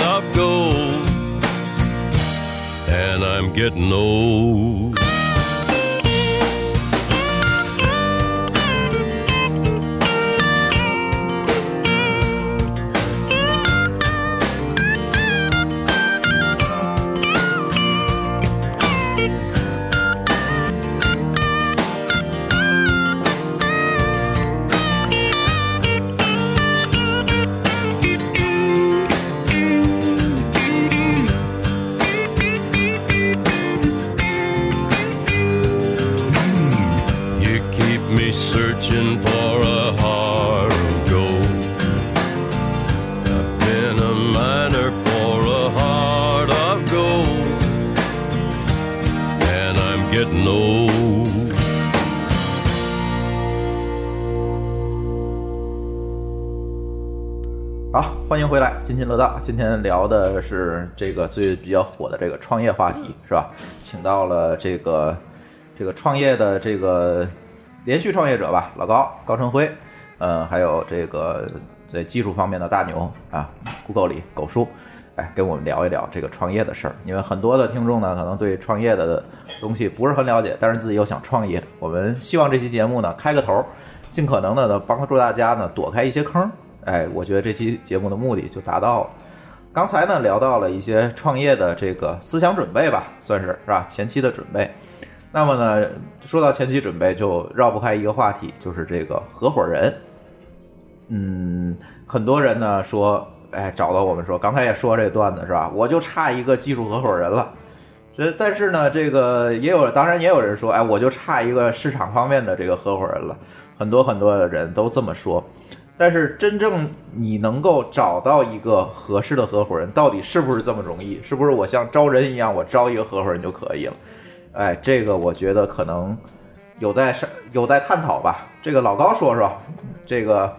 of gold. And I'm getting old. You keep me searching for a heart of gold. I've been a miner for a heart of gold. And I'm getting old. 好，欢迎回来，津津乐道。今天聊的是这个最比较火的这个创业话题，是吧？请到了这个这个创业的这个连续创业者吧，老高高成辉，呃，还有这个在技术方面的大牛啊，Google 里狗叔，哎，跟我们聊一聊这个创业的事儿。因为很多的听众呢，可能对创业的东西不是很了解，但是自己又想创业，我们希望这期节目呢开个头，尽可能的呢帮助大家呢躲开一些坑。哎，我觉得这期节目的目的就达到了。刚才呢聊到了一些创业的这个思想准备吧，算是是吧？前期的准备。那么呢，说到前期准备，就绕不开一个话题，就是这个合伙人。嗯，很多人呢说，哎，找到我们说，刚才也说这段子是吧？我就差一个技术合伙人了。这但是呢，这个也有，当然也有人说，哎，我就差一个市场方面的这个合伙人了。很多很多的人都这么说。但是真正你能够找到一个合适的合伙人，到底是不是这么容易？是不是我像招人一样，我招一个合伙人就可以了？哎，这个我觉得可能有待商有待探讨吧。这个老高说说，这个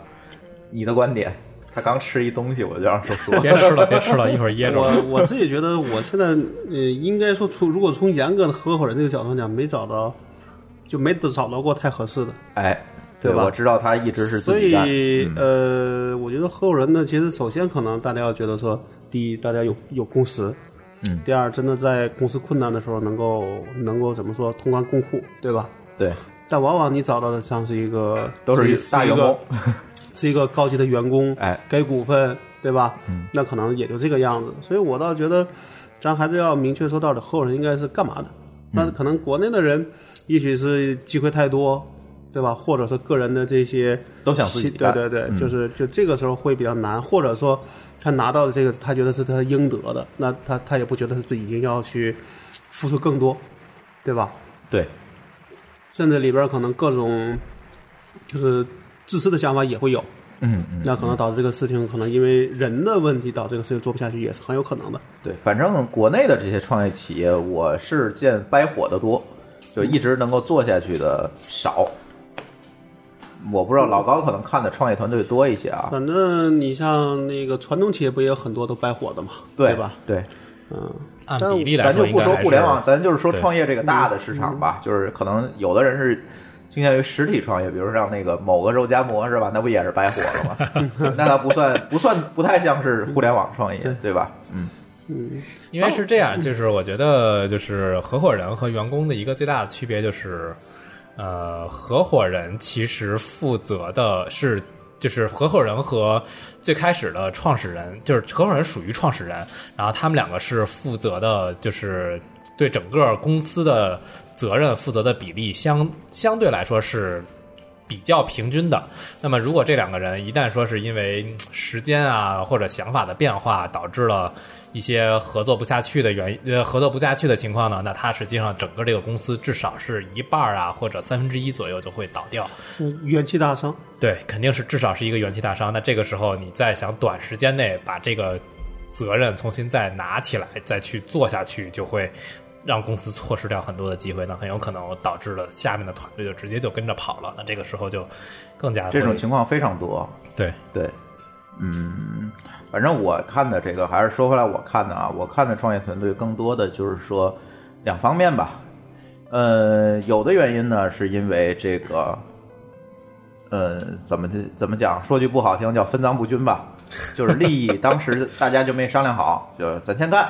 你的观点。他刚吃一东西，我就让说说。别吃了，别吃了，一会儿噎着了。我我自己觉得，我现在呃，应该说从如果从严格的合伙人这个角度讲，没找到，就没找到过太合适的。哎，对吧我知道他一直是自所己干。嗯以、呃，我觉得合伙人呢，其实首先可能大家要觉得说，第一，大家有有共识。嗯第二，真的在公司困难的时候，能够能够怎么说，同甘共苦，对吧？对，但往往你找到的像是一个都是一大员工，是一个是一个高级的员工，哎，给股份，对吧？嗯，那可能也就这个样子。所以我倒觉得，咱还是要明确说到底合伙人应该是干嘛的。嗯那可能国内的人，也许是机会太多，对吧？或者是个人的这些都想自己其对干对对，嗯就是就这个时候会比较难，或者说他拿到的这个，他觉得是他应得的，那他他也不觉得他自己一定要去付出更多，对吧？对，甚至里边儿可能各种就是自私的想法也会有，嗯嗯，那可能导致这个事情可能因为人的问题导致这个事情做不下去，也是很有可能的。对，反正国内的这些创业企业，我是见掰火的多，就一直能够做下去的少。我不知道老高可能看的创业团队多一些啊，反正你像那个传统企业不也有很多都掰火的嘛，对吧？？对，嗯，按但比例来咱就说，应不该说还是互联网，咱就是说对创业这个大的市嗯场吧，就是可能有的人是。倾向于实体创业，比如说像那个某个肉夹馍是吧？那不也是掰火了吗？ 那它不算不算不太像是互联网创业，对吧？嗯，因为是这样，就是我觉得就是合伙人和员工的一个最大的区别就是，呃，合伙人其实负责的是。就是合伙人和最开始的创始人，就是合伙人属于创始人，然后他们两个是负责的，就是对整个公司的责任负责的比例相相对来说是比较平均的。那么，如果这两个人一旦说是因为嗯时间啊或者想法的变化导致了一些合作不下去的原因呃合作不下去的情况呢，那他实际上整个这个公司至少是一半儿啊或者三分之一左右就会倒掉。这元气大伤，对，肯定是至少是一个元气大伤。那这个时候，你再想短时间内把这个责任重新再拿起来，再去做下去，就会让公司错失掉很多的机会。那很有可能导致了下面的团队就直接就跟着跑了。那这个时候就更加这种会情况非常多。对对，嗯，反正我看的这个还是说回来，我看的啊，我看的创业团队更多的就是说两方面吧。呃，有的原因呢，是因为这个，呃，怎么怎么讲？说句不好听，叫分赃不均吧，就是利益当时大家就没商量好，就是咱先干，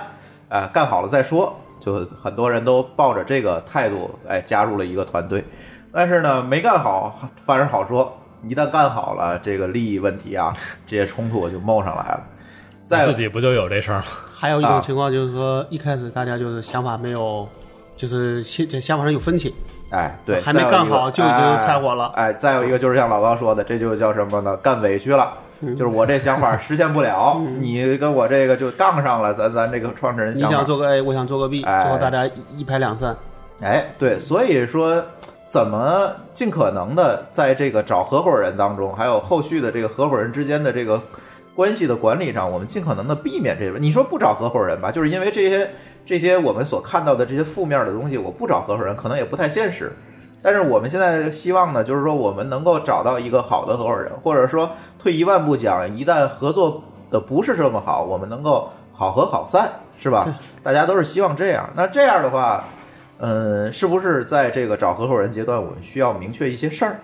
呃，干好了再说。就很多人都抱着这个态度，哎，加入了一个团队。但是呢，没干好，反而好说。一旦干好了，这个利益问题啊，这些冲突就冒上来了。再自己不就有这事儿吗？还有一种啊情况就是说，一开始大家就是想法没有，就是想想法上有分歧，哎，对，还没再有干一个好就已经哎拆伙了哎，再有一个就是像老高说的，这就叫什么呢？干委屈了，嗯就是我这想法实现不了，你跟我这个就杠上了，咱咱这个创始人你想法想做个 A，我想做个 B，、哎最后大家一一拍两散。哎，对，所以说怎么尽可能的在这个找合伙人当中，还有后续的这个合伙人之间的这个关系的管理上，我们尽可能的避免这种。你说不找合伙人吧，就是因为这些这些我们所看到的这些负面的东西，我不找合伙人可能也不太现实。但是我们现在希望呢，就是说我们能够找到一个好的合伙人，或者说退一万步讲，一旦合作的不是这么好，我们能够好合好散，是吧？大家都是希望这样。那这样的呃话，嗯，是不是在这个找合伙人阶段，我们需要明确一些事儿？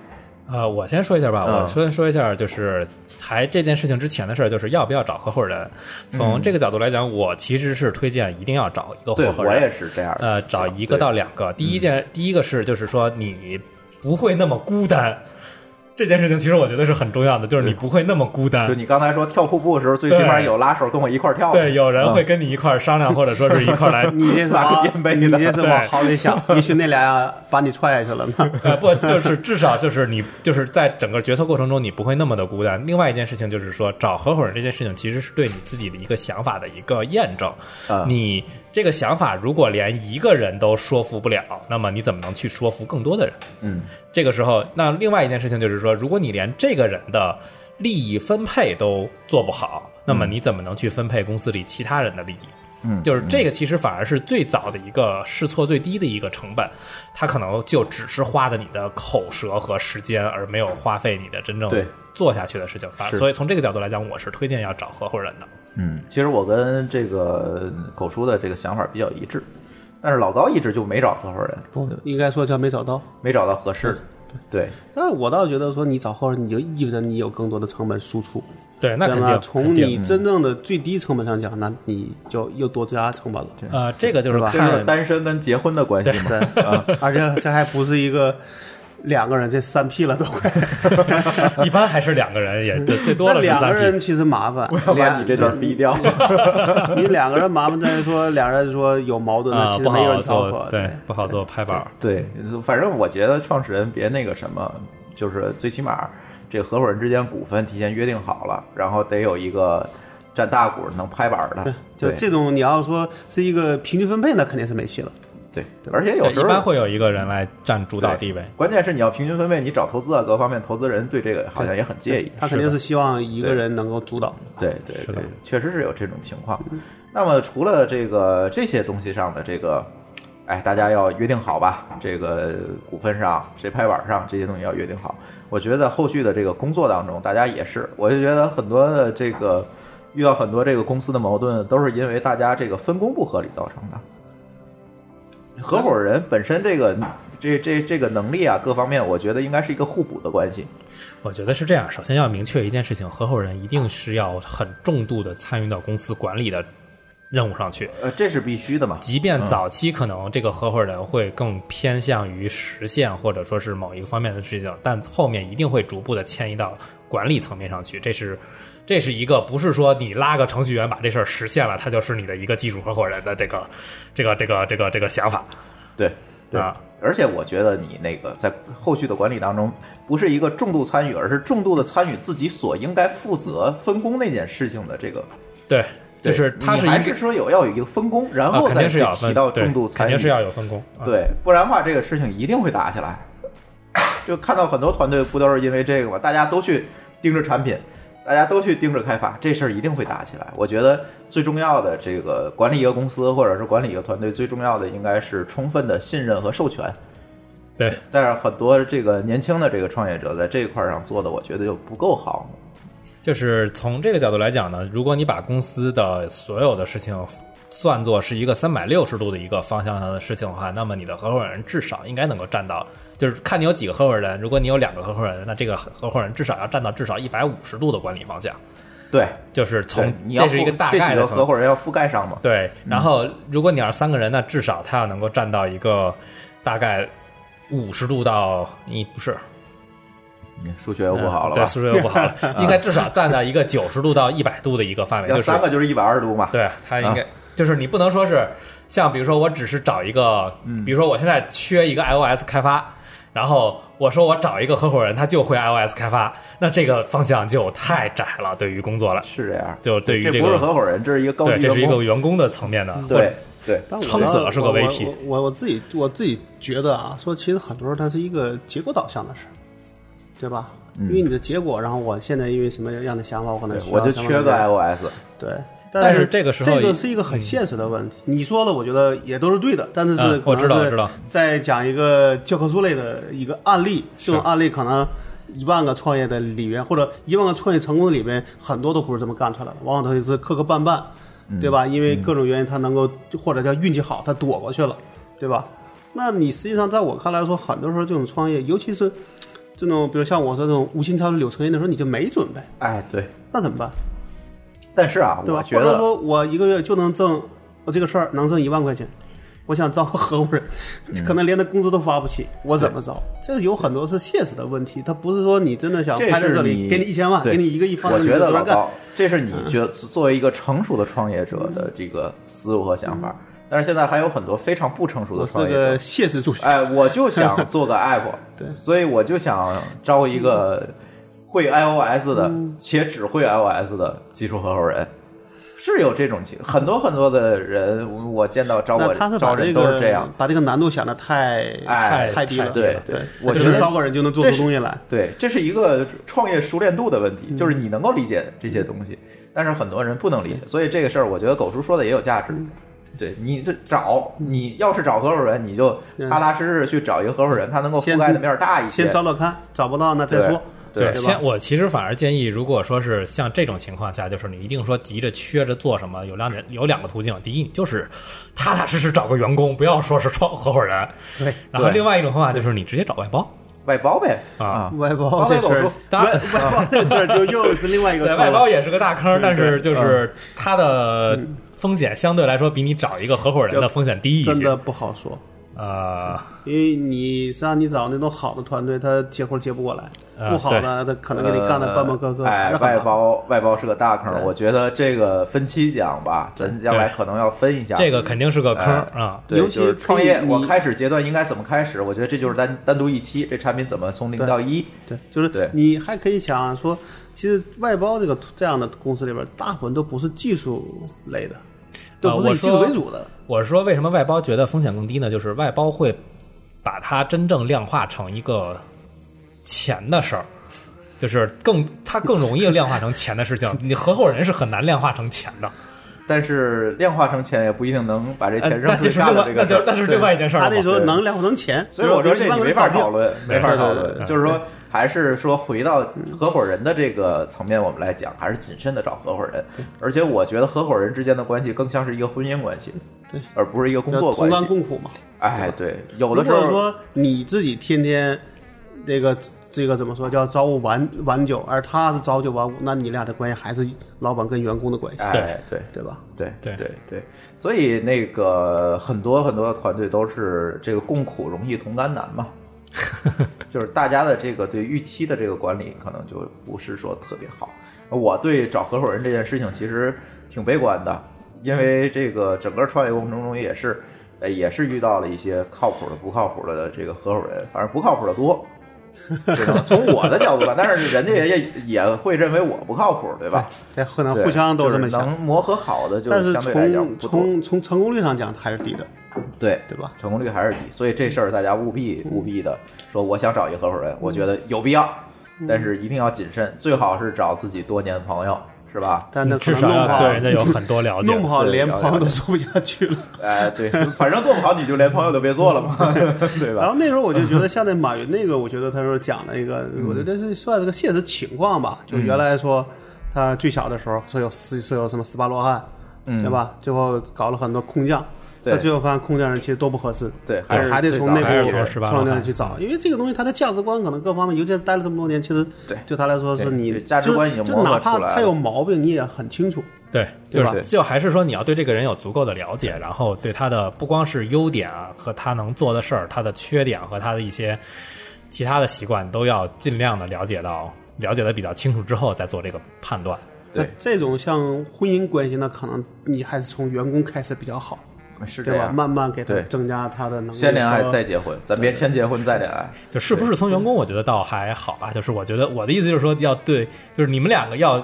呃，我先说一下吧，嗯我先说一下，就是还这件事情之前的事儿，就是要不要找合伙人。从这个角度来讲，我其实是推荐一定要找一个嗯对合伙我人。也是这样的。呃，找一个到两个。第嗯一件，第一个是就是说你不会那么孤单，这件事情其实我觉得是很重要的，就是你不会那么孤单就。你刚才说跳瀑布的时候，最起码对有拉手跟我一块儿跳的。对，有人会嗯跟你一块儿商量，或者说是一块 儿来你这是往哪个垫背的你这是往对好里想，也许那俩呀把你踹下去了呢。 呃，不，就是至少就是你就是在整个决策过程中，你不会那么的孤单。另外一件事情就是说，找合伙人这件事情其实是对你自己的一个想法的一个验证。啊你这个想法如果连一个人都说服不了，那么你怎么能去说服更多的人？嗯，这个时候，那另外一件事情就是说，如果你连这个人的利益分配都做不好，那么你怎么能去分配公司里其他人的利益？嗯就是这个，其实反而是最早的一个试错最低的一个成本，它可能就只是花的你的口舌和时间，而没有花费你的真正对做下去的事情。反是所以从这个角度来讲，我是推荐要找合伙人的。嗯，其实我跟这个狗叔的这个想法比较一致，但是老高一直就没找合伙人，不，应该说叫没找到。没找到合适的。对，但我倒觉得说，你找后人，你就意味着你有更多的成本输出，对，那肯对吧定从肯定嗯你真正的最低成本上讲，那你就又多加成本了。呃，这个就是对吧这就是看单身跟结婚的关系嘛。 啊，而且这还不是一个两个人，这三 P 了都快。一般还是两个人也最最多那了是两个三 P。人其实麻烦，我要把俩你这嗯段逼掉。 你两个人麻烦在于说俩人说有矛盾啊、了，其不实没有好人调做和。，对，不好做拍板。对，反正我觉得创始人别那个什么，就是最起码这合伙人之间股份提前约定好了，然后得有一个占大股能拍板的。就对，这种你要说是一个平均分配，那肯定是没戏了。对，而且有对，时一候般会有一个人来占主主导地位。关键是你要平均分配，你找投资啊各方面，投资人对这个好像也很介意。他肯定是希望一个人能够主导。对对啊是对的，确实是有这种情况。那么除了这个这些东西上的这个，哎，大家要约定好吧，这个股份上谁拍板上这些东西要约定好。我觉得后续的这个工作当中，大家也是，我就觉得很多的这个遇到很多这个公司的矛盾，都是因为大家这个分工不合理造成的。合伙人本身这个这这这个能力啊，各方面，我觉得应该是一个互补的关系。我觉得是这样，首先要明确一件事情，合伙人一定是要很重度的参与到公司管理的任务上去。呃，这是必须的嘛。即便早期可能这个合伙人会更偏向于实现或者说是某一个方面的事情，但后面一定会逐步的迁移到管理层面上去。这是这是一个不是说你拉个程序员把这事儿实现了，他就是你的一个技术合伙人的这个这个这个这个这个想法对对啊。而且我觉得你那个在后续的管理当中，不是一个重度参与，而是重度的参与自己所应该负责分工那件事情的这个。对，就对是他是你还一是个说有要有一个分工，然啊，后肯再定是去要提分到对重度肯参与，定是要有分工。啊对，不然的话这个事情一定会打起来。 就看到很多团队不都是因为这个嘛，大家都去盯着产品，大家都去盯着开发，这事儿一定会打起来。我觉得最重要的这个管理一个公司或者是管理一个团队，最重要的应该是充分的信任和授权。对，但是很多这个年轻的这个创业者在这一块儿上做的，我觉得就不够好。就是从这个角度来讲呢，如果你把公司的所有的事情算作是一个三百六十度的一个方向上的事情的话，那么你的合伙人至少应该能够占到，就是看你有几个合伙人。如果你有两个合伙人，那这个合伙人至少要占到至少一百五十度的管理方向，对，就是从对你要这是一个覆大这概几的个层合伙人要嗯覆盖上嘛？对，然后如果你要是三个人，那至少他要能够占到一个大概五十度到，你不是你数学又不好了嗯对，吧？数学又不好了， 应该至少占到一个九十度到一百度的一个范围，就要是三个就是一百二十度嘛？对他啊应该、就是你不能说是像比如说我只是找一个，嗯比如说我现在缺一个 iOS 开发，然后我说我找一个合伙人，他就会 iOS 开发，那这个方向就太窄了，对于工作了，是这样。就对于这个不是合伙人，这是一个高对，级这是一员个工。员工的层面嗯的，对对，但我撑死了是个我 VP 我我我自己我自己觉得啊，说其实很多时候它是一个结果导向的事儿，对吧？因为你的结果，然后我现在因为什么样的想法，我可能嗯对我就需要缺什么个样的 iOS。对。但是是这个时候这也个是一个很现实的问题。你说的，我觉得也都是对的，但是是嗯我知道我知道。再讲一个教科书类的一个案例，这种是案例可能一万个创业的里边，或者一万个创业成功的里边，很多都不是这么干出来的，往往都是磕磕绊绊，对吧？因为各种原因，他能够或者叫运气好，他躲过去了，对吧？那你实际上在我看来说，很多时候这种创业，尤其是这种，比如像我这种无心插柳成荫的时候，你就没准备，哎，对。那怎么办？但是啊，对我吧？觉或者得说我一个月就能挣，我这个事儿能挣一万块钱，我想招个合伙人，嗯可能连他工资都发不起，我怎么招？这有很多是现实的问题，他不是说你真的想这拍在是这里，给你一千万，对给你一个亿放在我你觉手得上老干嗯高，，这是你觉得作为一个成熟的创业者的这个思路和想法。嗯但是现在还有很多非常不成熟的我是创业者个，现实主义者。哎，我就想做个 app， 对所以我就想招一个会 iOS 的，嗯且只会 iOS 的技术合伙人。是有这种情，很多很多的人，我我见到招那我他是招把这人个都是这样。把这个难度想的太哎太低了，对对对吧，我就觉是得招个人就能做这出是东西来。对，这是一个创业熟练度的问题，就是嗯你能够理解这些东西，但是很多人不能理解，所以这个事儿，我觉得狗叔说的也有价值。嗯对你这找，你要是找合伙人，你就嗯踏踏实实去找一个合伙人，他能够覆先盖的面儿大一些。先找找看，找不到那再说。对对吧先？我其实反而建议，如果说是像这种情况下，就是你一定说急着缺着做什么，有两点有两个途径。第一，你就是踏踏实实找个员工，不要说是创合伙人。对。然后对另外一种方法就是你直接找外包，外包呗啊啊，外包包这给事狗儿叔，，当然外外包这事儿就又是另外一个对坑外了包也是个大坑，但对是就是它的风险相对来说比你找一个合伙人的风险低一真的些。不好说，呃，因为你让你找那种好的团队，他接活接不过来，啊不好的他可能给你干的呃半半磕磕，还哎是，很麻外烦包外包是个大坑儿，对嗯我觉得这个分期讲吧，咱将来可能要分一下。这个肯定是个坑哎啊。对，尤其就是创业可，以你嗯我开始阶段应该怎么开始？我觉得这就是单单独一期，这产品怎么从零对到一？对，就对是你还可以想说，其实外包这个这样的公司里边，大部分都不是技术类的，啊都不我是以技术说为主的。我是说，为什么外包觉得风险更低呢？就是外包会把它真正量化成一个钱的事儿，就是更它更容易量化成钱的事情。你合伙人是很难量化成钱的，但是量化成钱也不一定能把这钱呃那扔出就去是下另的外这，个事那就那儿。是另外一件事儿他那了时嘛。候对能量化成钱，所以我说比这如你说没一法万个人搞定讨论，没法对对讨对论。对就是说，还是说回到嗯合伙人的这个层面，我们来讲，还是谨慎的找合伙人。而且我觉得合伙人之间的关系更像是一个婚姻关系，对，而不是一个工叫作同关甘系。共苦嘛。哎，对，有如的时果候说你自己天天这个这个怎么说叫朝五晚晚九，而他是朝九晚五，那你俩的关系还是老板跟员工的关系，哎，对对吧？对对对对，所以那个很多很多的团队都是这个共苦容易同甘难嘛，就是大家的这个对预期的这个管理可能就不是说特别好。我对找合伙人这件事情其实挺悲观的，因为这个整个创业过程中也是，呃，也是遇到了一些靠谱的、不靠谱的这个合伙人，反正不靠谱的多。只能从我的角度看，但是人家也也也会认为我不靠谱，对吧？哎在可能对互相都就是这么想，能磨合好的，就但是相对来讲不从多。从从成功率上讲还是低的，对对吧？嗯成功率还是低，所以这事儿大家务必务必的说，我想找一个合伙人，我觉得有必要，嗯但是一定要谨慎，最好是找自己多年的朋友，是吧？但那可嗯至能少弄不要好对人家有很多了解。弄不好对连了解朋友都了做不下去了。哎，对， 反正做不好你就连朋友都别做了嘛， 对然吧？后那时候我就觉得，像那马云那个，我觉得他说讲了一个，嗯我觉得是算是个现实情况吧。就原来说他最小的时候说有十说有什么十八罗汉，对吧？最后搞了很多空降，嗯对到最后发现空降人其实都不合适，对还还是得最从早内还是部从18罗汉创建去找，因为这个东西他的价值观可能各方面，尤其是待了这么多年，其实对对他来说是对你对价值观已经就磨就合哪出怕来他了有毛病，你也很清楚。对，对就吧是就还是说你要对这个人有足够的了解，然后对他的不光是优点啊和他能做的事儿，他的缺点和他的一些其他的习惯都要尽量的了解到，了解的比较清楚之后再做这个判断。那对这种像婚姻关系，那可能你还是从员工开始比较好，是这对吧？样。慢慢给他对增加他的能力。先恋爱和再结婚，咱别先结婚再恋爱。就是不是从员工，我觉得倒还好吧。就是我觉得我的意思就是说，要对，就是你们两个要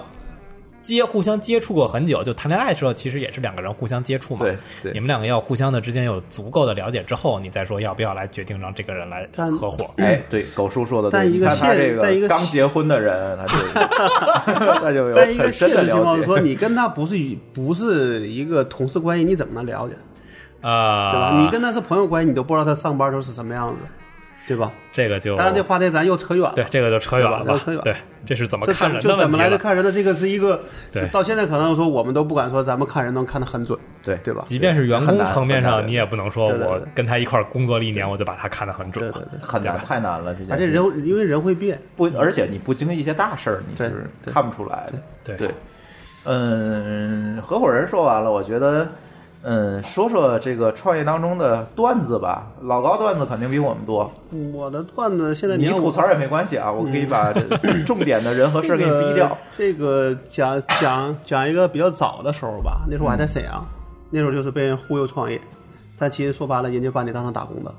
接互相接触过很久，就谈恋爱的时候，其实也是两个人互相接触嘛。对对你们两个要互相的之间有足够的了解之后，你再说要不要来决定让这个人来但合伙。哎，对，狗叔说的对，嗯但一个你看他现这但一个刚结婚的人，他就 他就有在一个很现深的实情了况解。说，你跟他不是不是一个同事关系，你怎么能了解？对吧？啊，你跟他是朋友关系，你都不知道他上班时候是什么样子，对吧？这个就当然，这话题咱又扯远了。对这个就扯远了对吧吧又扯远了对，这是怎么这看怎人的就怎么来问就题了。看人的这个是一个，对就到现在可能说我们都不敢说咱们看人能看得很准，对对吧？即便是员很工难层面很难上，你也不能说对对对我跟他一块儿工作了一年，我就把他看得很准对吧对。对，很难，太难了。这件而且事人因为人会变，不，而且你不经历一些大事儿，你对是对看不出来的。对对，嗯，合伙人说完了，我觉得，嗯，说说这个创业当中的段子吧。老高段子肯定比我们多，我的段子现在你要吐我嗯槽也没关系啊，我可以把重点的人和事儿给你逼掉。这个讲讲讲一个比较早的时候吧，那时候我还嗯在沈阳，那时候就是被人忽悠创业，但其实说白了，人家把你当成打工的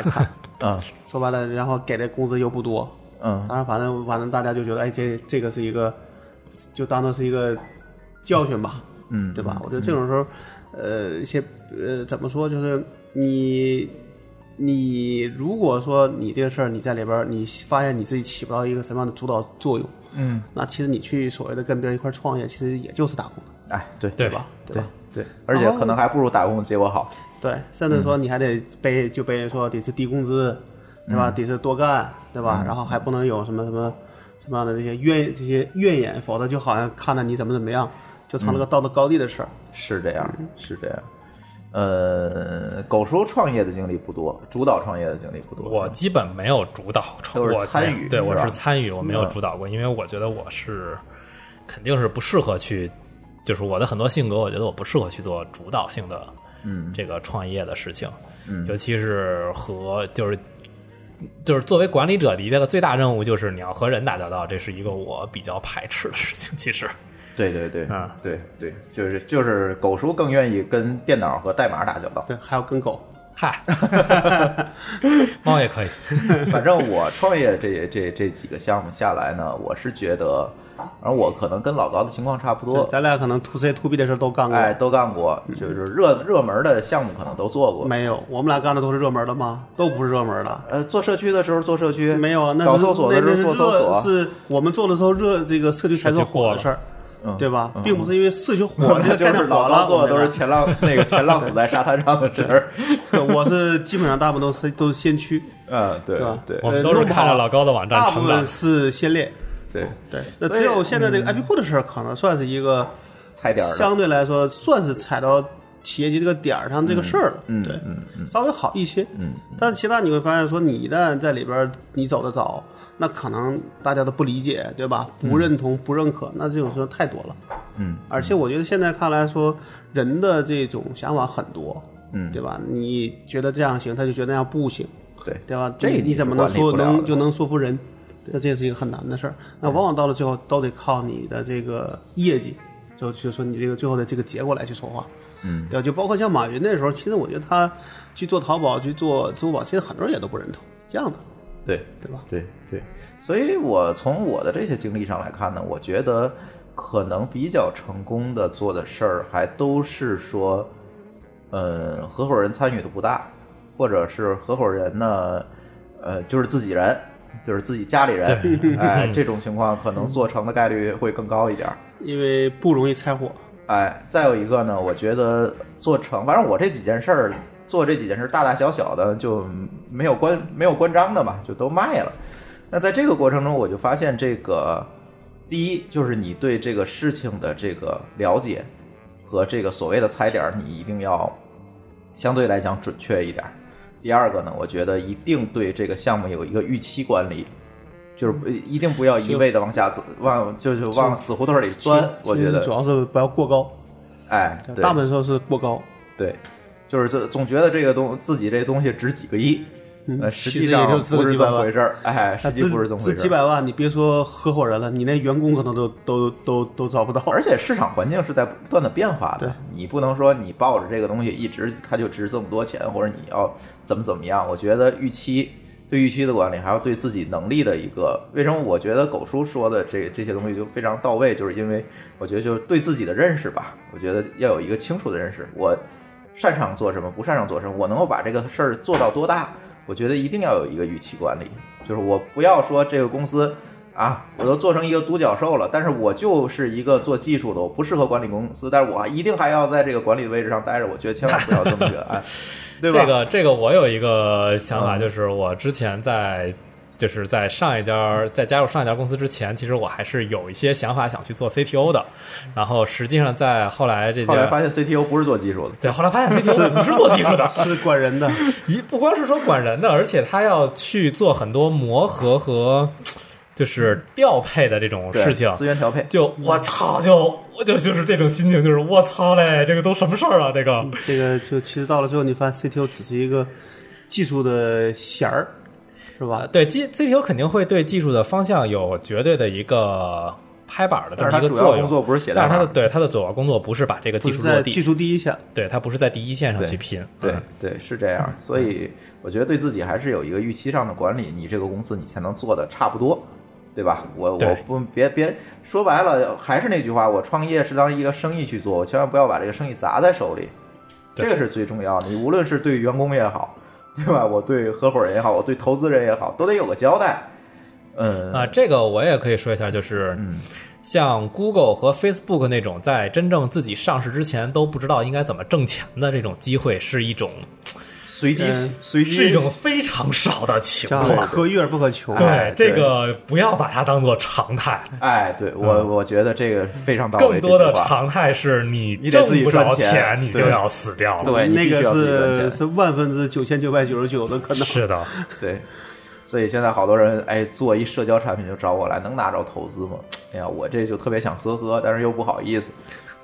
看，嗯说白了，然后给的工资又不多，嗯当然反正反正大家就觉得，哎，这这个是一个，就当做是一个教训吧，嗯，对吧？我觉得这种时候，呃，一些呃，怎么说，就是你你如果说你这个事儿你在里边儿，你发现你自己起不到一个什么样的主导作用，嗯，那其实你去所谓的跟别人一块儿创业，其实也就是打工的，哎，对对对吧？对对吧？哦对，而且可能还不如打工结果好。对，甚至嗯说你还得被就被人说得是低工资，对嗯吧？得是多干，对吧？然后还不能有什么什么什么样的这些怨这些怨言，否则就好像看着你怎么怎么样，就成了个道德高地的事儿。是这样，嗯是这样。呃，狗叔创业的经历不多，主导创业的经历不多。我基本没有主导，都是我参与对是吧嗯我是参与，我没有主导过，因为我觉得我是肯定是不适合去，就是我的很多性格，我觉得我不适合去做主导性的嗯这个创业的事情，嗯，尤其是和就是。就是作为管理者的一个最大任务，就是你要和人打交道，这是一个我比较排斥的事情。其实，对对对，啊对对，就是就是狗叔更愿意跟电脑和代码打交 道。对，还有跟狗， 嗨，猫也可以，反正我创业这这这几个项目下来呢，我是觉得，而我可能跟老高的情况差不多对，咱俩可能 to C to B 的事儿都干过。哎，都干过，就是热热门的项目可能都做过。没有，我们俩干的都是热门的吗？都不是热门的。呃，做社区的时候做社区，没有啊，那搞是搜索的时那那候是做搜热索，啊是我们做的时候热，这个社区才社区做火火了的事儿，嗯对吧？并不是因为社区火我这 个就概是念火老了，高做的都我是们前 浪那个前浪死在沙滩上的事儿。对，我是基本上大部分都是都是先驱，嗯，对对吧对我们呃都是弄不看好着老高的网站大部成长分。是先烈。对，对，嗯那只有现在这个 IP 库的事儿，可能算是一个踩点儿的相对来说算是踩到企业级这个点儿上这个事儿了，嗯对，嗯稍微好一些，嗯，但是其他你会发现说，你一旦在里边儿你走得早，那可能大家都不理解，对吧？不认同、不认可，那这种事情太多了，嗯，而且我觉得现在看来说，人的这种想法很多，嗯对吧？你觉得这样行，他就觉得那样不行，对对吧？这你你你是怎么能管理说不了能的就能说服人？那这是一个很难的事儿。那往往到了最后，都得靠你的这个业绩，就就说你这个最后的这个结果来去说话。嗯，对吧，就包括像马云那时候，其实我觉得他去做淘宝、去做支付宝，其实很多人也都不认同这样的，对对吧？对对，所以我从我的这些经历上来看呢，我觉得可能比较成功的做的事儿，还都是说，呃，合伙人参与的不大，或者是合伙人呢，呃，就是自己人，就是自己家里人，哎，这种情况可能做成的概率会更高一点儿。因为不容易拆伙。哎，再有一个呢，我觉得做成，反正我这几件事儿，做这几件事儿大大小小的就没有关没有关张的嘛，就都卖了。那在这个过程中，我就发现这个，第一就是你对这个事情的这个了解和这个所谓的踩点儿，你一定要相对来讲准确一点儿。第二个呢，我觉得一定对这个项目有一个预期管理，就是不一定不要一味的往下走，往就是往死胡同里钻。我觉其得实主要是不要过高，哎，对大部分时候是过高，对，就是这总觉得这个东自己这东西值几个亿，呃，实际上嗯其实也就值不个是几这百么万回事儿，哎，实那际这不是这么这回几事儿。百万，你别说合伙人了，你连员工可能都都都都找不到。而且市场环境是在不断的变化对的，你不能说你抱着这个东西一直它就值这么多钱，或者你要怎么怎么样。我觉得预期对预期的管理，还有对自己能力的一个，为什么我觉得狗叔说的这这些东西就非常到位，就是因为我觉得就是对自己的认识吧，我觉得要有一个清楚的认识，我擅长做什么，不擅长做什么，我能够把这个事儿做到多大，我觉得一定要有一个预期管理，就是我不要说这个公司啊，我都做成一个独角兽了，但是我就是一个做技术的，我不适合管理公司，但是我一定还要在这个管理的位置上待着，我觉得千万不要这么着，哎，对吧？这个这个我有一个想法，嗯就是我之前在。就是在上一家在加入上一家公司之前，其实我还是有一些想法想去做 CTO 的，然后实际上在后来这后来发家现 CTO 不是做技术的，对后来发现 CTO 不是做技术的， 是管 人的，一不光是说管人的，而且他要去做很多磨合和就是调配的这种对事情。资源调配，就我操，就我就就是这种心情，就是我操嘞，这个都什么事儿啊？这嗯个这个就其实到了最后，你发现 CTO 只是一个技术的弦儿，是吧？啊对 G CTO 肯定会对技术的方向有绝对的一个拍板的这但是他么一个主作要用。工作不是写代但码，是他的对他的主要工作不是把这个技不术是落在地，技术第一线，对他不是在第一线上对去拼。对嗯对是这样，所以我觉得对自己还是有一个预期上的管理，你这个公司你才能做的差不多，对吧？我我对不别别说白了，还是那句话，我创业是当一个生意去做，我千万不要把这个生意砸在手里，对这个是最重要的。你无论是对员工也好，对吧？我对合伙人也好，我对投资人也好，都得有个交代。嗯啊，这个我也可以说一下，就是，嗯像 Google 和 Facebook 那种在真正自己上市之前都不知道应该怎么挣钱的这种机会，是一种随机嗯随是一机种非常少的情叫况。可遇而不可求。对哎这对个不要把它当做常态，哎，对我我觉得这个非常到位，嗯更多的这句话常态是你你得挣自己不赚着钱钱，你就对要死掉了。对你那必须要个自己赚钱是是万分之九千九百九十九的可能。是的，对，所以现在好多人哎做一社交产品就找我来，能拿着投资吗？哎呀，我这就特别想呵呵，但是又不好意思，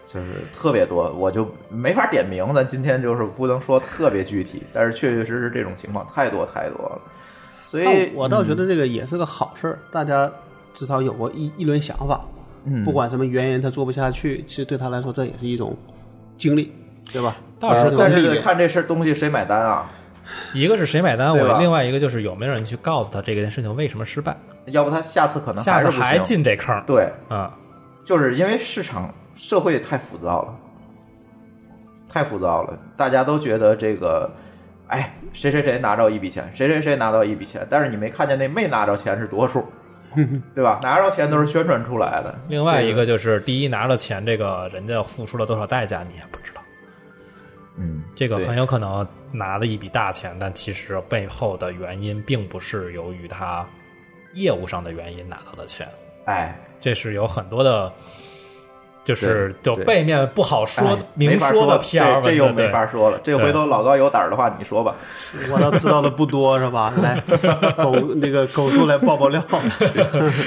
就是特别多，我就没法点名。咱今天就是不能说特别具体，但是确确实实这种情况太多太多了。所以但哎我倒觉得这个也是个好事儿，大家至少有过一一轮想法，嗯不管什么原因他做不下去，其实对他来说这也是一种经历，对吧？倒是这更个但是历得练看这事儿东西谁买单啊？一个是谁买单，对吧我另外一个就是有没有人去告诉他这件事情为什么失败，要不他下次可能下还是次不行还进这坑儿。对，啊，就是因为市场社会太浮躁了，太浮躁了，大家都觉得这个，哎，谁谁谁拿着一笔钱，谁谁谁拿到一笔钱，但是你没看见那没拿着钱是多 数，对吧？拿着钱都是宣传出来的。另外一个就是第一拿了钱，这个人家付出了多少代价你也不知道。嗯，这个对很有可能拿了一笔大钱，但其实背后的原因并不是由于他业务上的原因拿到的钱，哎，这是有很多的，就是对就对背面不好哎说没明法说的这 PR 文这的又没法对说了。这回头老高有胆儿的话，你说吧。我倒知道的不多是吧？ 来，狗那个狗叔来爆爆 料。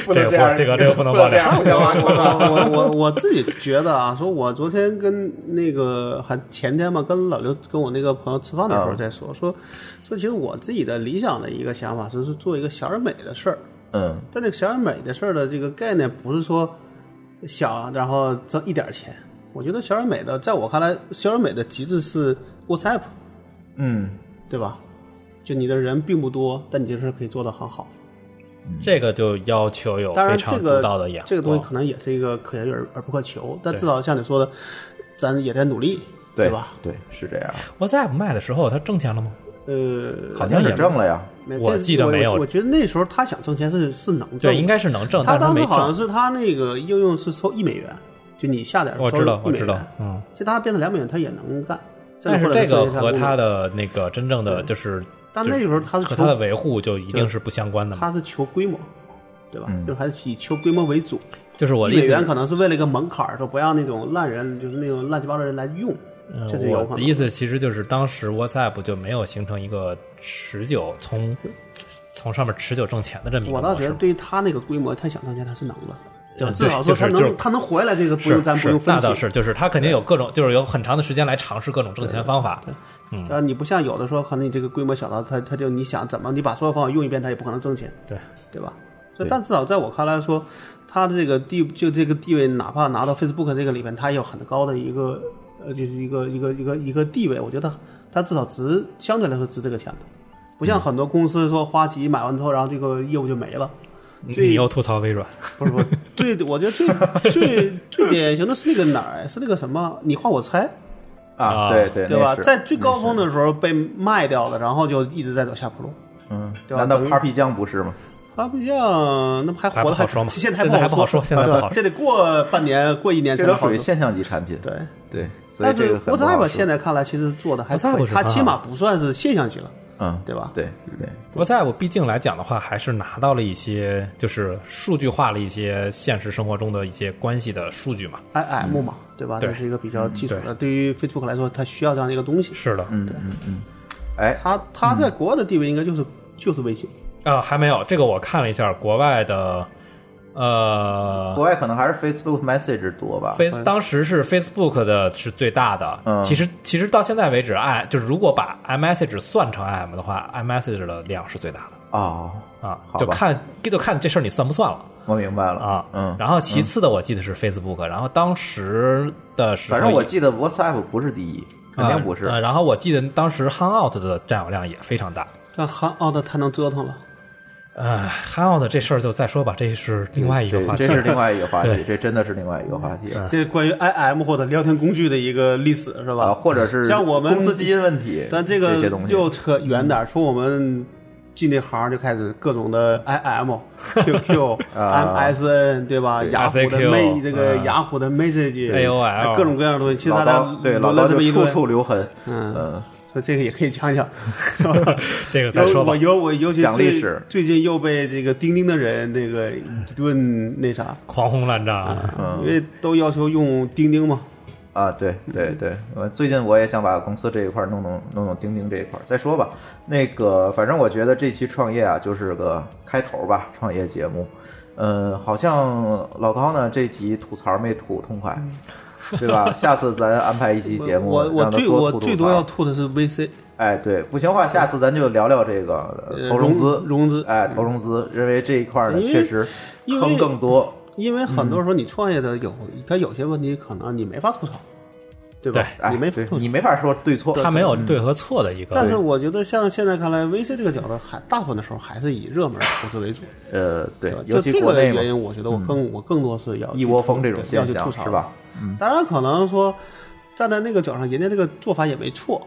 不能这个这样，不这个这个不能爆这样， 不行啊！不能 我我我我自己觉得啊，说我昨天跟那个还前天吧，跟老刘跟我那个朋友吃饭的时候嗯在说，说说其实我自己的理想的一个想法就是做一个小而美的事儿，嗯，但这个小而美的事儿的这个概念不是说小然后挣一点钱，我觉得小而美的在我看来，小而美的极致是 WhatsApp，嗯，对吧？就你的人并不多，但你这事儿可以做得很好。这个就要求有当非然，常这独个到的眼光。这个东西可能也是一个可遇而而不可求，但至少像你说的，咱也在努力，对吧？？对，是这样， WhatsApp 卖的时候，他挣钱了吗？呃，好好像像是也挣了呀。那我这记得我没有我我觉得那时候他想挣钱是是能挣，对，应。该是能挣，但他是当时没好像挣。是他那个应用是收一美元，就你下载我知道，收我一美知道元，嗯。其实他变成两美元他也能干。但是或者这个做一下功和能他，的那个真正的就是，但那个时候他是求和他的维护就一定是不相关的嘛。他是求规模，对吧？嗯就是还是以求规模为主。就是我一的意美思元可能是为了一个门槛儿，说不让那种烂人，就是那种乱七八糟的人来用。嗯这是有可我能的意思其实就是，当时 WhatsApp 就没有形成一个持久从从上面持久挣钱的这么一个我倒模觉式得，。对于他那个规模，他想挣钱他是能的，对吧？嗯至少说对就是他就是能，他能活下来，这个不是用咱不是用，分那倒析。是，就是他肯定有各种，就是有很长的时间来尝试各种挣钱方法。呃，你不像有的时候，可能你这个规模小到他，他就你想怎么你把所有方法用一遍，他也不可能挣钱，对对吧？所以，但至少在我看来说，他的这个地就这个地位，哪怕拿到 Facebook 这个里边，他也有很高的一个呃，就是一个一个一个一个地位。我觉得他至少值相对来说值这个钱的，不嗯像很多公司说花几亿买完之后，然后这个业务就没了。你最你又吐槽微软，不是不是，最我觉得最最最典型的是那个哪儿，啊是那个什么，你画我猜，啊，啊对对，对那吧？是在最高峰的时候被卖掉了，然后就一直在走下坡路。嗯，对吧难道等于 Papi 酱不是吗？他不像，那不还活得还不好说嘛现在现在还不好说现在不好对说这得过半年、过一年才这都能好属于说。现象级产品。对，对，所以但这是个很不好 WhatsApp 说现在看来其实做的还可 WhatsApp 以，是它很好起码不算是现象级了。嗯，对吧对对， WhatsApp 毕竟来讲的话，还是拿到了一些就是数据化了一些现实生活中的一些关系的数据嘛。 I M 嘛，对吧？对这是一个比较基础的，对于 Facebook 来说，它需要这样的一个东西。是的，嗯嗯嗯，哎，它它在国外的地位应该就是就是微信，啊，还没有这个我看了一下国外的，呃国，外可能还是 Facebook Message 多吧。非当时是 Facebook 的是最大的，嗯其实其实到现在为止，i 就是如果把 iMessage 算成 IM 的话，iMessage 的量是最大哦，的啊好，吧就看就看这事儿你算不算了我明白了啊，嗯，然后其次的我记得是 Facebook，然后当时的时候反正我记得 WhatsApp 不是第一，肯定不是。呃呃然后我记得当时 Hangout 的占有量也非常大。但韩奥的太能折腾了。呃，Hangout 这事儿就再说吧，这是啊另外一个话题。这这是另外一个话题对，这真的是另外一个话题这关于 I M 或者聊天工具的一个历史是啊，吧？或者是像我们公司基因问题，但这这个些东西又扯远点儿，从我们进这行就开始各种的 IM、QQ、啊 MSN，对吧？雅虎的 SAQ May 这个嗯雅虎的 Message、 AOL 各种各样的东西，其实大老家高对老轮高了这就么一处顿，处留痕，嗯嗯，所以这个也可以讲 讲。 这个再说尤吧我。尤我尤其讲最历史最近又被这个钉钉的人那个一顿那啥，狂轰滥炸，啊嗯因为都要求用钉钉嘛。啊，对嗯对对，呃，最近我也想把公司这一块儿弄弄弄弄钉钉这一块儿再说吧。那个，反正我觉得这期创业啊，就是个开头吧，创业节目。嗯，好像老高呢这集吐槽没吐痛快，对吧？下次咱安排一期节目，嗯我我让他最多我吐吐最多槽要吐的是 VC，哎，对，不行的话，下次咱就聊聊这个呃呃投融资，融融资嗯哎，投融资，认为这一块儿呢因为确实因为坑更多，因为很多时候你创业的有，它有些问题可能你没法吐槽，对吧？哎，你没法对吐槽你。没法说对错，嗯它没有对和错的一个。但是我觉得像现在看来，VC 这个角度还大部分的时候还是以热门投资为主，呃，对吧，？尤就其这国个内嘛原。因，我觉得我更我更多是要去一窝蜂这种吐槽现要去象吐槽是吧？？当然可能说站在那个角上，人家这个做法也没错，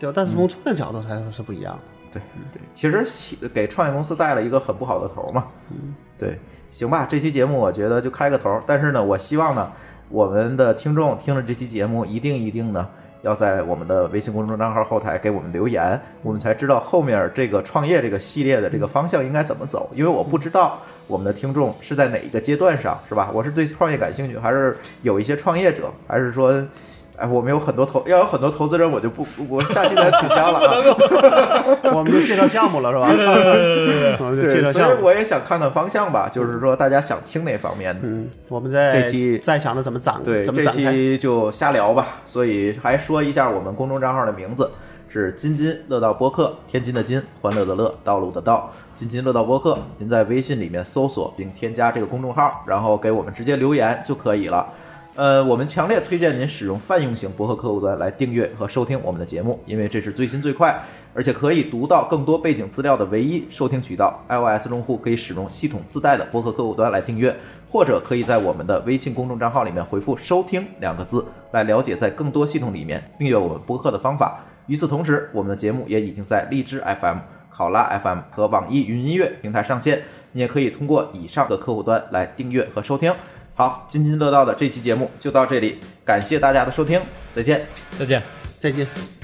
对吧？但是从创业角度来说是不一样的。对对，其实起给创业公司带了一个很不好的头嘛。嗯，对，行吧，这期节目我觉得就开个头，但是呢，我希望呢，我们的听众听了这期节目，一定一定呢。要在我们的微信公众账号后台给我们留言，我们才知道后面这个创业这个系列的这个方向应该怎么走。因为我不知道我们的听众是在哪一个阶段上，是吧？我是对创业感兴趣，还是有一些创业者，还是说，哎，我们有很多投要有很多投资人，我就不我下期再取消了、啊。我们就介绍项目了，是吧？ 我们就对，介绍项所以目。我也想看看方向吧，就是说大家想听哪方面的。嗯，我们在这期在想着怎么展对，怎么这展开。期就瞎聊吧。所以还说一下我们公众账号的名字是“津津乐道播客”，天津的津，欢乐的乐，道路的道，津津乐道播客。您在微信里面搜索并添加这个公众号，然后给我们直接留言就可以了。呃，我们强烈推荐您使用泛用型博客客户端来订阅和收听我们的节目，因为这是最新最快，而且可以读到更多背景资料的唯一收听渠道。iOS 用户可以使用系统自带的博客客户端来订阅，或者可以在我们的微信公众账号里面回复“收听”两个字，来了解在更多系统里面订阅我们播客的方法。与此同时，我们的节目也已经在荔枝 FM、考拉 FM 和网易云音乐平台上线，你也可以通过以上的客户端来订阅和收听。好，津津乐道的这期节目就到这里，感谢大家的收听，再见。再见。再见。